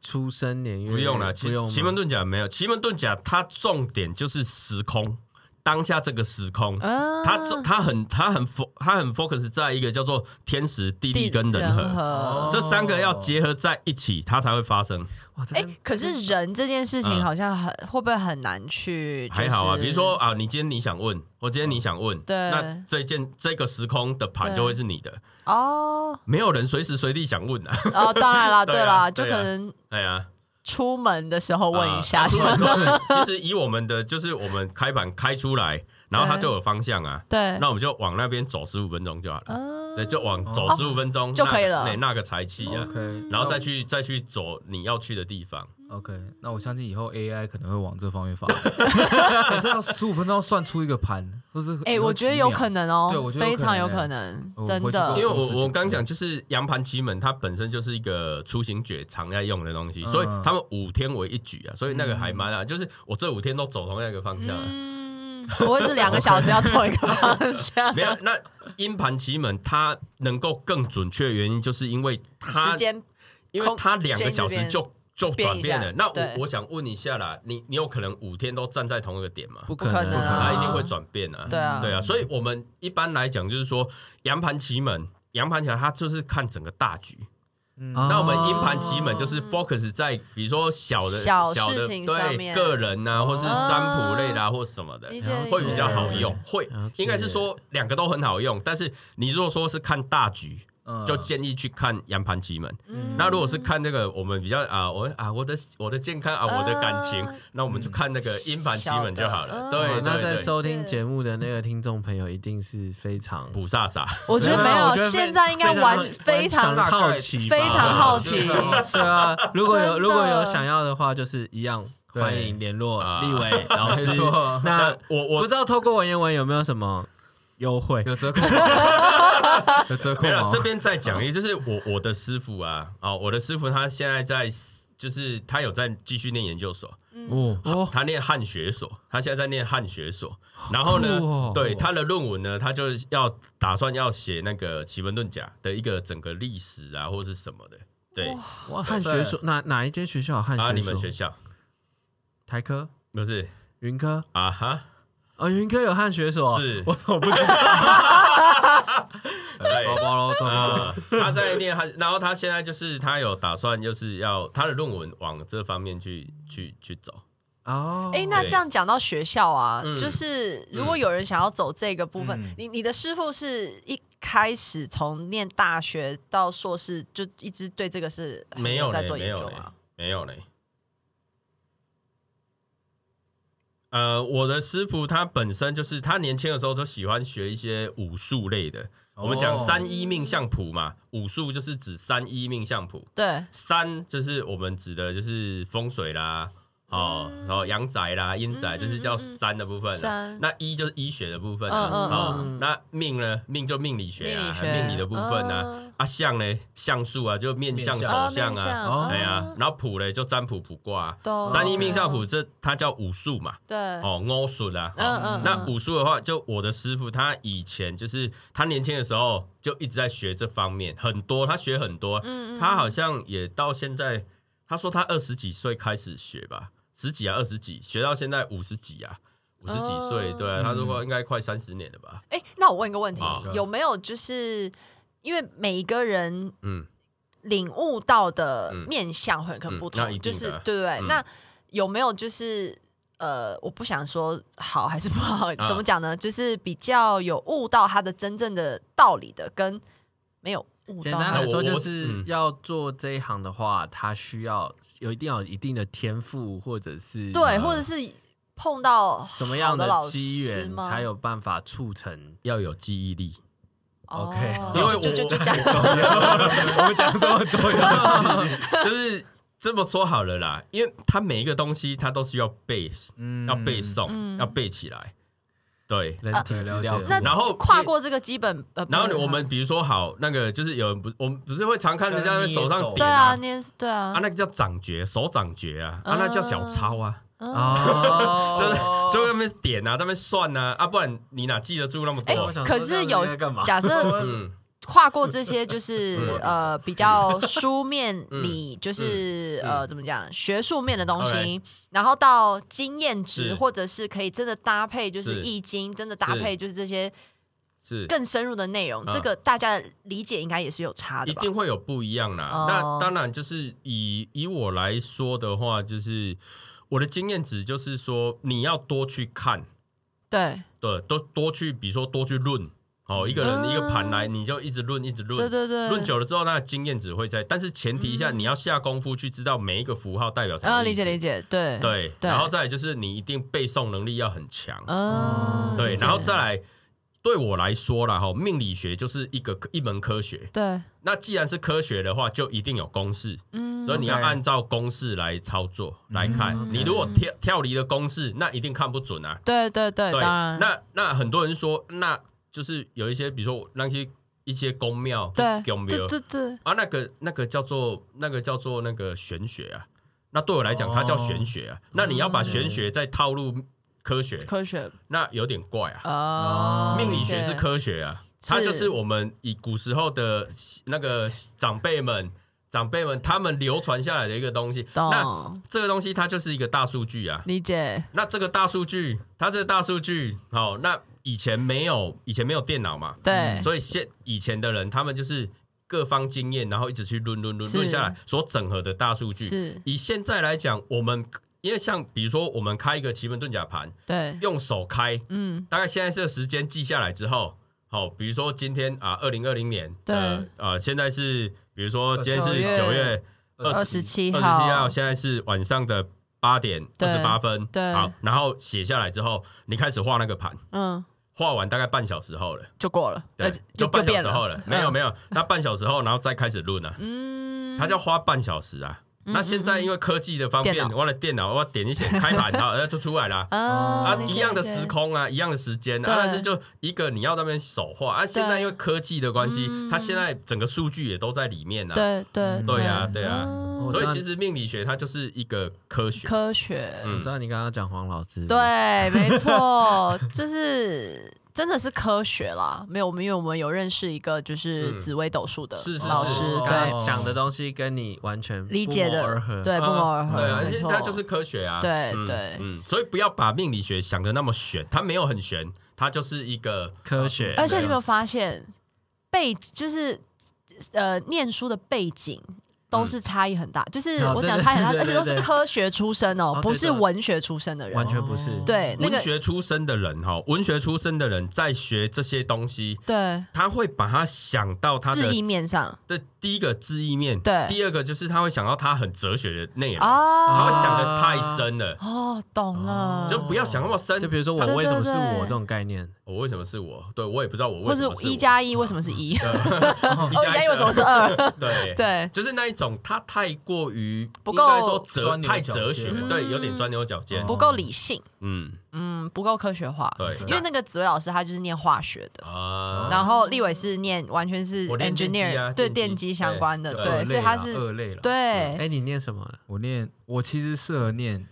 B: 出生年月日，
A: 不用了，
B: 不
A: 奇
B: 用吗
A: 奇门遁甲没有，奇门遁甲它重点就是时空，当下这个时空，
C: 嗯
A: 它重它很它很 fo 它很 focus 在一个叫做天时地利跟人和。哦
D: 哦
C: 和。
A: 这三个要
B: 哦
A: 结合在一起，它才会发生。
B: 哇，这
C: 哎
B: 跟，
C: 可是人这件事情
A: 嗯
C: 好像很会不会很难去？
A: 还好啊，
C: 就是
A: 比如说啊，你今天你想问，我今天你想问，
C: 对
A: 那这件这个时空的盘就会是你的。
C: 哦
A: 没有人随时随地想问啊，
C: 哦，当然 啦，
A: 对
C: 对
A: 啊
C: 啦，就
A: 对啊
C: 可能
A: 哎呀，
C: 出门的时候问一
A: 啊
C: 下
A: 啊。出门之后 其实以我们的就是我们开盘开出来，然后它就有方向啊，
C: 对，
A: 那我们就往那边走十五分钟就好了，
C: 嗯
A: 对，就往走
D: 哦
A: 十五分钟
C: 就可以了哦
A: 那个对，那个财气啊，
D: OK，
A: 然后再去再去走你要去的地方，
D: OK，那我相信以后 AI 可能会往这方面 发展。我这要十五分钟要算出一个盘，就是
C: 哎，我觉得有可
D: 能
C: 能哦
D: 对我，觉得有
C: 非
D: 可
C: 常
D: 能
C: 有
D: 欸
C: 可能
D: 我，
C: 真
D: 回去
C: 的
D: 做
A: 因为。哎我
D: 公司
A: 我
D: 就
A: 刚讲就是羊盘奇门，它本身就是一个出行诀常在用的东西，
D: 嗯
A: 所以他们五天为一举啊，所以那个还蛮啊，就是我这五天都走同样一个方向啊。？
C: 嗯，不会是两个小时要做一个方向
A: 没有，那阴盘奇门它能够更准确，的原因就是因为它
C: 时间
A: 因为它两个小时就就转变了。
C: 变一下
A: 那
C: 对
A: 我我想问一下啦，你你有可能五天都站在同一个点吗？
B: 不
C: 不可能啊
A: 它一定会转变啊。
C: 对啊
A: 对啊，所以我们一般来讲就是说，阳盘奇门，阳盘起来它就是看整个大局。
D: 啊
A: 那我们
B: 哦
A: 阴盘奇门就是 focus 在比如说小的
C: 小
A: 的
C: 事情上面
A: 对个人
B: 哦
A: 啊，或是占卜类的啊，或什么的，
C: 理解理解
A: 会比较好用。会
B: 嗯了解
A: 应该是说两个都很好用，但是你如果说是看大局，
D: 嗯
A: 就建议去看阳盘奇门。
C: 嗯
A: 那如果是看那个我们比较啊，我啊我的我的健康啊，我的感情
C: 啊，
A: 那我们就看那个阴盘奇门就好
C: 小的
A: 了。
B: 哇
A: 对，
B: 哦那
A: 对
B: 在
A: 对
B: 收听节目的那个听众朋友一定是非常，
A: 普萨 萨，
C: 我觉得没
B: 我
C: 有
B: 觉，得非
C: 现在应该玩非常
B: 非好奇吧，
C: 非常好
A: 对
C: 奇
A: 对。对
B: 对啊，如果
C: 真的
B: 有如果有想要的话，就是一样
D: 对
B: 欢迎联络
A: 啊
B: 立伟老师
D: 没错。
B: 那
A: 我
B: 不
A: 我
B: 知道透过文言文有没有什么优惠？
D: 有折扣吗，有折扣
A: 没有
D: 吗？
A: 这边再讲一个，就是我我的师傅啊，哦，我的师傅他现在在，就是他有在继续念研究所，
D: 哦，
B: 哦，
A: 他念汉学所，他现在在念汉学所，然后呢，
B: 酷哦
A: 对他的论文呢，他就是要打算要写那个奇门遁甲的一个整个历史啊，或是什么的，对，
D: 哇
B: 汉学所哪哪一间学校有汉
A: 啊，
B: 学
A: 你们
B: 所？
A: 学校
B: 台科、
A: 不是
B: 云科
A: 啊哈？
B: 哦，云科有汉学所，
A: 是
B: 我怎么不知道？
A: 哎
D: 塞，抓包喽，抓包喽。
A: 啊，他在念他，然后他现在就是他有打算，就是要他的论文往这方面去去去走。
B: 哦，
C: 哎，那这样讲到学校啊，
A: 嗯
C: 就是如果有人想要走这个部分
D: 嗯，
C: 你你的师傅是一开始从念大学到硕士就一直对这个是很
A: 没有
C: 在
A: 嘞，
C: 做
A: 没
C: 研
A: 有
C: 究
A: 嘞
C: 吗？，
A: 没有嘞。呃，我的师傅他本身就是他年轻的时候都喜欢学一些武术类的。我们讲
D: 哦
A: 三一命相谱嘛，武术就是指三一命相谱，
C: 对，
A: 三就是我们指的就是风水啦、哦，
C: 嗯
A: 然后阳宅啦、阴宅，这是叫山的部分啦
C: 山。
A: 那医就是医学的部分啊。
C: 嗯嗯嗯
A: 哦，那命呢？命就命理学啊，
C: 命理学
A: 命理的部分啊
C: 哦。
A: 啊，相呢？相术啊，就面相、
C: 哦
A: 手相
C: 面
A: 啊。
C: 相，
A: 哎呀
C: 哦，，
A: 然后卜嘞就占卜卜卦啊，
C: 懂
A: 三一命相卜这它叫武术嘛，
C: 对，
A: 哦，欧术啦，
C: 嗯嗯，
A: 那
C: 嗯
A: 武术的话，就我的师傅，他以前就是他年轻的时候就一直在学这方面，很多他学很
C: 嗯
A: 多，他好像也到现在，他说他二十几岁开始学吧，十几啊二十几，学到现在五十几啊，五十几岁，
C: 哦
A: 对、啊，他说应该快三十年了吧，
C: 哎，那我问一个问题
A: 好，
C: 有没有就是因为每一个人
A: 嗯，
C: 领悟到的
A: 嗯
C: 面相会很不
A: 嗯那一定
C: 同，就
A: 的
C: 是对对对。
A: 嗯
C: 那有没有就是呃，我不想说好还是不好，
A: 啊
C: 怎么讲呢？就是比较有悟到他的真正的道理的，跟没有悟
D: 简
C: 到
D: 单
C: 他
A: 那
D: 来
A: 我
C: 的。
D: 说，就
A: 嗯
D: 是要做这一行的话，他需要有一定要有一定的天赋，或者是
B: 呃
C: 对，或者是碰到
D: 什么样
C: 好的
D: 的
C: 老师
D: 机缘
C: 吗
D: 才有办法促成？
A: 要有记忆 力，
C: 哦
D: OK
A: 因为
C: 就就
A: 我
C: 就就这样，
A: 我们讲这么 多东西，就是这么说好了啦，因为他每一个东西他都是要背，要背诵，
C: 嗯
A: 要背起来，对。
D: 人体资料
G: 了
D: 库
G: 解
C: 那
A: 然后
C: 跨过这个基本呃，
A: 然后你
C: 不是
A: 我们比如说好，那个就是有人不，我们不是会常看人家在手上
C: 对
A: 点
C: 啊，
A: 啊，
C: 捏对啊
A: 啊，那个叫掌诀，手掌诀啊，啊那叫小抄啊， 就是
D: 哦，
A: 就在那边点啊，在那边算啊，啊不然你哪记得住那么
C: 哎
A: 多？
D: 想说
C: 可是有
D: 这样子应该干嘛
C: 假 设
A: 嗯，
C: 跨过这些就是呃比较书面理，就是
A: 嗯
C: 呃怎么讲学术面的东西
A: OK，
C: 然后到经验
A: 是
C: 值，或者是可以真的搭配，就是
A: 是
C: 易经，真的搭
A: 是
C: 配就是这些
A: 是
C: 更深入的内容，
A: 嗯
C: 这个大家的理解应该也是有差
A: 一
C: 的吧？
A: 定会有不一样啦。
C: 哦
A: 那当然就是以以我来说的话，就是我的经验值就是说，你要多去看，
C: 对
A: 对，多多去，比如说多去论。哦，一个人
C: 嗯
A: 一个盘来，你就一直论，一直论，
C: 对对对
A: 论久了之后，那个经验值会在，但是前提下你要下功夫去知道每一个符号代表什么
C: 啊，
A: 意思。
C: 理解理解，对
A: 对，
C: 对
A: 然后再来就是你一定背诵能力要很强，
C: 嗯
A: 对，
C: 理解
A: 然后再来，对我来说啦，哈，命理学就是一个一门科学，
C: 对
A: 那既然是科学的话，就一定有公式，
C: 嗯
A: 所以你要
D: OK
A: 按照公式来操作来看。
C: 嗯
A: 你如果跳跳离了公式，那一定看不准啊。
C: 对对对，
A: 对，
C: 当然
A: 那那很多人说，那就是有一些，比如说那些一些宫庙，
C: 对
A: 宫庙
C: 对对对
A: 啊，那个那个叫做那个叫做那个玄学啊。那对我来讲，它叫玄学啊。那你要把玄学再套入科学，
C: 科学
A: 那有点怪啊。
C: 啊，
A: 命理学
C: 理
A: 是
C: 解
A: 科学啊，它
C: 是
A: 就是我们以古时候的那个长辈们、长辈们他们流传下来的一个东西。那
C: 懂
A: 这个东西它就是一个大数据啊。
C: 理解
A: 那这个大数据，它这个大数据，好、那以前没有，以前没有电脑嘛，
C: 对
A: 所以现以前的人他们就是各方经验，然后一直去论论论
C: 是
A: 论下来所整合的大数据。
C: 是
A: 以现在来讲，我们因为像比如说我们开一个奇门遁甲盘，
C: 对
A: 用手开，
C: 嗯
A: 大概现在这个时间记下来之后，好、比如说今天啊，二零二零年，
C: 对呃
A: 呃呃，现在是比如说今天
C: 九
A: 是
C: 月
A: 九月二
C: 二
A: 十
C: 十七
A: 二十七
C: 号
A: 号，现在是晚上的八点二
C: 对
A: 十八分，
C: 对
A: 好，然后写下来之后，你开始画那个盘，
C: 嗯，
A: 画完大概半小时后了。
C: 就过了，
A: 对
C: 而且，
A: 就
C: 呃就
A: 半
C: 就
A: 小
C: 变
A: 时后了，没有
C: 嗯
A: 没有，那半小时后，然后再开始论啊，
C: 嗯，
A: 它就要花半小时啊。那现在因为科技的方
C: 电
A: 便，
C: 脑
A: 我的电脑我点一点开 盘，好，那就出来了。
C: 啊
A: 啊，一样的时，空啊，一样的时间啊，
C: 对
A: 但是就一个你要在那边手画啊。现在因为科技的关系，它现在整个数据也都在里面啊。
C: 嗯对对
A: 对啊，对啊。
C: 嗯
D: 我
A: 所以
D: 知道
A: 其实命理学它就是一个科学，
C: 科学，
A: 嗯
D: 我知道你刚刚讲黄老师，
C: 对，没错， 就是真的是科学啦。没有，我们因为我们有认识一个就是
A: 嗯
C: 紫微斗数的
A: 是哦是
C: 老
A: 是
C: 师，对，
D: 刚才讲的东西跟你完全
C: 理解
D: 不谋而
C: 的
D: 合，，
C: 对，不谋而合，
A: 对啊，而
C: 没
A: 且
C: 错
A: 它就是科学啊。
C: 对
A: 嗯
C: 对
A: 嗯，所以不要把命理学想的那么玄，它没有很玄，它就是一个
D: 科学
A: 大
C: 而
A: 数据
C: 且你有没有发现背就是呃念书的背景都
A: 嗯
C: 是差异很大，就是
D: 哦
C: 我
D: 对
C: 讲
D: 对
C: 差异很
D: 对
C: 大，
D: 对
C: 而且都是
D: 对
C: 科学出身哦
D: 哦，
C: 不
D: 对
C: 是
D: 对
C: 文学出身的人
D: 完
C: 哦。
D: 全不是。
C: 对，那
A: 文
C: 个
A: 学出身的人哈，文学出身的人在学这些东西，
C: 对
A: 他会把它想到他的
C: 字义面上
A: 的第一个知意面，
C: 对
A: 第二个就是他会想到他很哲学的内容，他会
C: 哦
A: 想的太深了，
C: 哦，懂了，
A: 就不要想那么深。
B: 就比如说
C: 对
B: 我为什么是
C: 对对
B: 我这种概念，
A: 我为什么是我？对我也不知道我
C: 或
A: 为什
C: 是
A: 么是我
C: 一加一为什么是 一？哦，
A: 一
C: 一加一为什么是
A: 二？
C: 二？
A: 对
C: 对
A: 就是那一种他太过于
C: 不
A: 应该说
C: 够
A: 哲
D: 钻牛
A: 太
D: 角
A: 哲学，
D: 尖
A: 对，有点钻牛角尖。
C: 不够理性，
A: 嗯，
C: 嗯，不够科学化。
A: 对，
C: 因为那个紫薇老师他就是念化学 的，
A: 啊，
C: 然后立伟是念完全是
A: 我念电机啊
C: engineer，对
A: 电机
C: 电机相关的，
A: 对啊
D: 二
C: 对，
D: 类啦
C: 所以他是
D: 二类了。
C: 对
B: 哎，你念什么？
D: 我念，我其实适合念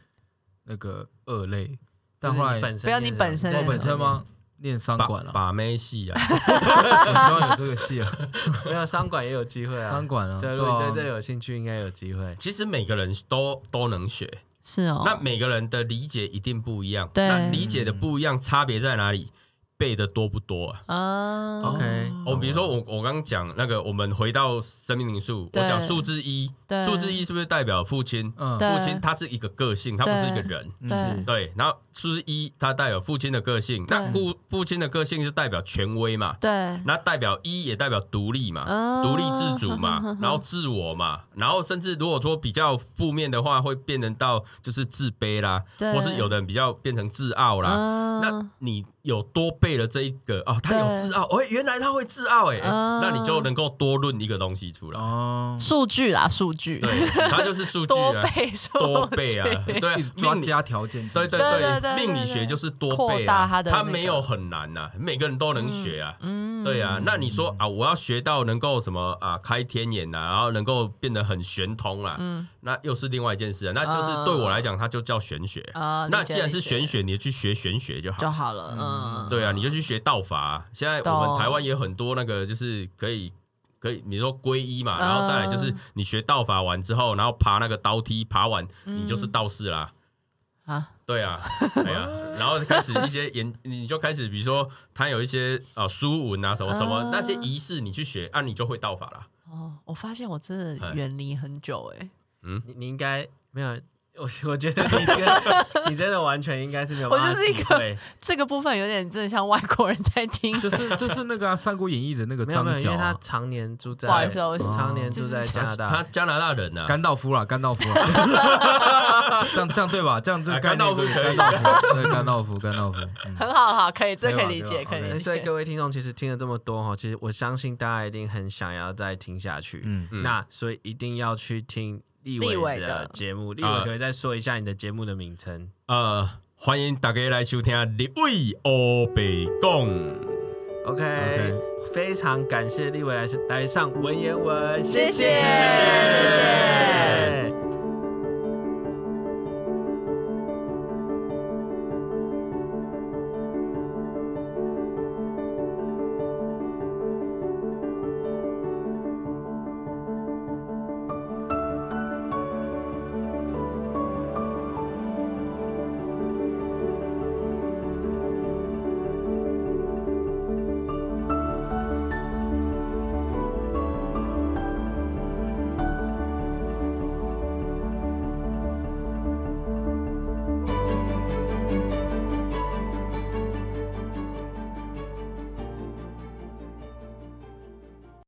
D: 那个二类，但
B: 就是
D: 后
B: 你
D: 来
B: 本身
C: 不要你
B: 念什么
C: 本身
D: 我
C: 念
D: 本身吗？念商
A: 把
D: 管了，
A: 把妹系啊，
D: 我希望有这个戏啊，
B: 没有商管也有机会啊。
D: 商管啊，
B: 对，
D: 对
B: 如果你
D: 啊
B: 对这个有兴趣，应该有机会。
A: 其实每个人都都能学，
C: 是哦
A: 那每个人的理解一定不一样。
C: 对
A: 那理解的不一样，差别在哪里？背的多不多啊？
C: 啊
D: OK，
A: 哦，比如说我我刚刚讲那个，我们回到生命灵数，我
C: 对
A: 讲数字一
C: 对，
A: 数字一是不是代表父亲？
D: 嗯
C: 对
A: 父亲他是一个个性，他不是一个人。
C: 对
A: 对，然后数字一，它代表父亲的个性，那
C: 对
A: 父父亲的个性是代表权威嘛？
C: 对
A: 那代表一也代表独立嘛，
C: 啊
A: 独立自主 嘛，然后自我嘛，然后甚至如果说比较负面的话，会变成到就是自卑啦，
C: 对
A: 或是有的人比较变成自傲啦。
C: 啊
A: 那你有多背了这一个哦，他有
C: 对
A: 自傲，哦，原来他会自傲哎，
C: 啊
A: 那你就能够多论一个东西出来。
D: 哦，
C: 数据啦，数据
A: 对，他就是数据
C: 多
A: 啊，
C: 倍数据，
A: 多倍 啊，对啊
D: 一直，哎抓
A: 命理
D: 加条件进去，
A: 对对
C: 对对
A: 对
C: 对
A: 命理学就是多倍、
C: 扩
A: 啊，
C: 大它的那个嗯
A: 没有很难呐、每个人都能学啊。对啊，那你说啊，我要学到能够什么啊，开天眼呐、然后能够变得很玄通啊，
C: 嗯
A: 那又是另外一件事、啊。那就是对我来讲，它就叫玄学。
C: 啊。
A: 那
C: 理解
A: 既然是
C: 理解
A: 玄学，你就去学玄学就好。
C: 就好了，嗯，
A: 对啊，你就去学道法啊、现在我们
C: 懂
A: 台湾也有很多那个，就是可以。可以，你说皈依嘛，
C: 嗯
A: 然后再来就是你学道法完之后，然后爬那个刀梯，爬完你就是道士啦。
C: 啊，
A: 对啊，哎呀，然后开始一些研，你就开始比如说他有一些啊书文啊什么，怎么那些仪式你去学啊，你就会道法啦。
C: 哦，我发现我真
A: 哎
C: 的远离很久哎，
B: 你你应该没有，我我觉得你这 个你真的完全应该是没有
C: 我
B: 办法
C: 就是一
B: 体
C: 个
B: 会
C: 这个部分有点真的像外国人在听，
D: 就是就是那个啊《三国演义》的那 个
B: 没有
D: 张
B: 没有，因
D: 角
B: 为他
D: 啊，
B: 常年住在
C: 不好意思哦，我
B: 常年
C: 就
B: 住
C: 是
B: 在加拿
A: 他
B: 大，
A: 加拿大人啊，
D: 甘道夫啦，甘道夫啦， 这样这样对吧？这样这
A: 啊
D: 个概
A: 甘道
D: 念
A: 夫
D: 就是
A: 可以
D: 甘道夫，对甘道夫，甘道夫，嗯
C: 很好，很好，可以，这
D: 没有
C: 可
D: 啊
C: 以理
D: 没
C: 解，
D: 有啊
C: 可以
D: ，OK
C: 理
B: 所以
C: 解。
B: 各位听众其实听了这么多哈，其实我相信大家一定很想要再听下去，
D: 嗯
B: 那所以一定要去听立
C: 立
B: 伟
C: 伟
B: 的
C: 的
B: 节目。立
A: 啊
B: 伟可以再说一下你的节目的名称。
A: 呃，欢迎大家来收听《立位欧北贡》。
B: OK，, 非常感谢立伟来是来上文言文，
C: 谢谢
B: 谢
C: 谢
B: 谢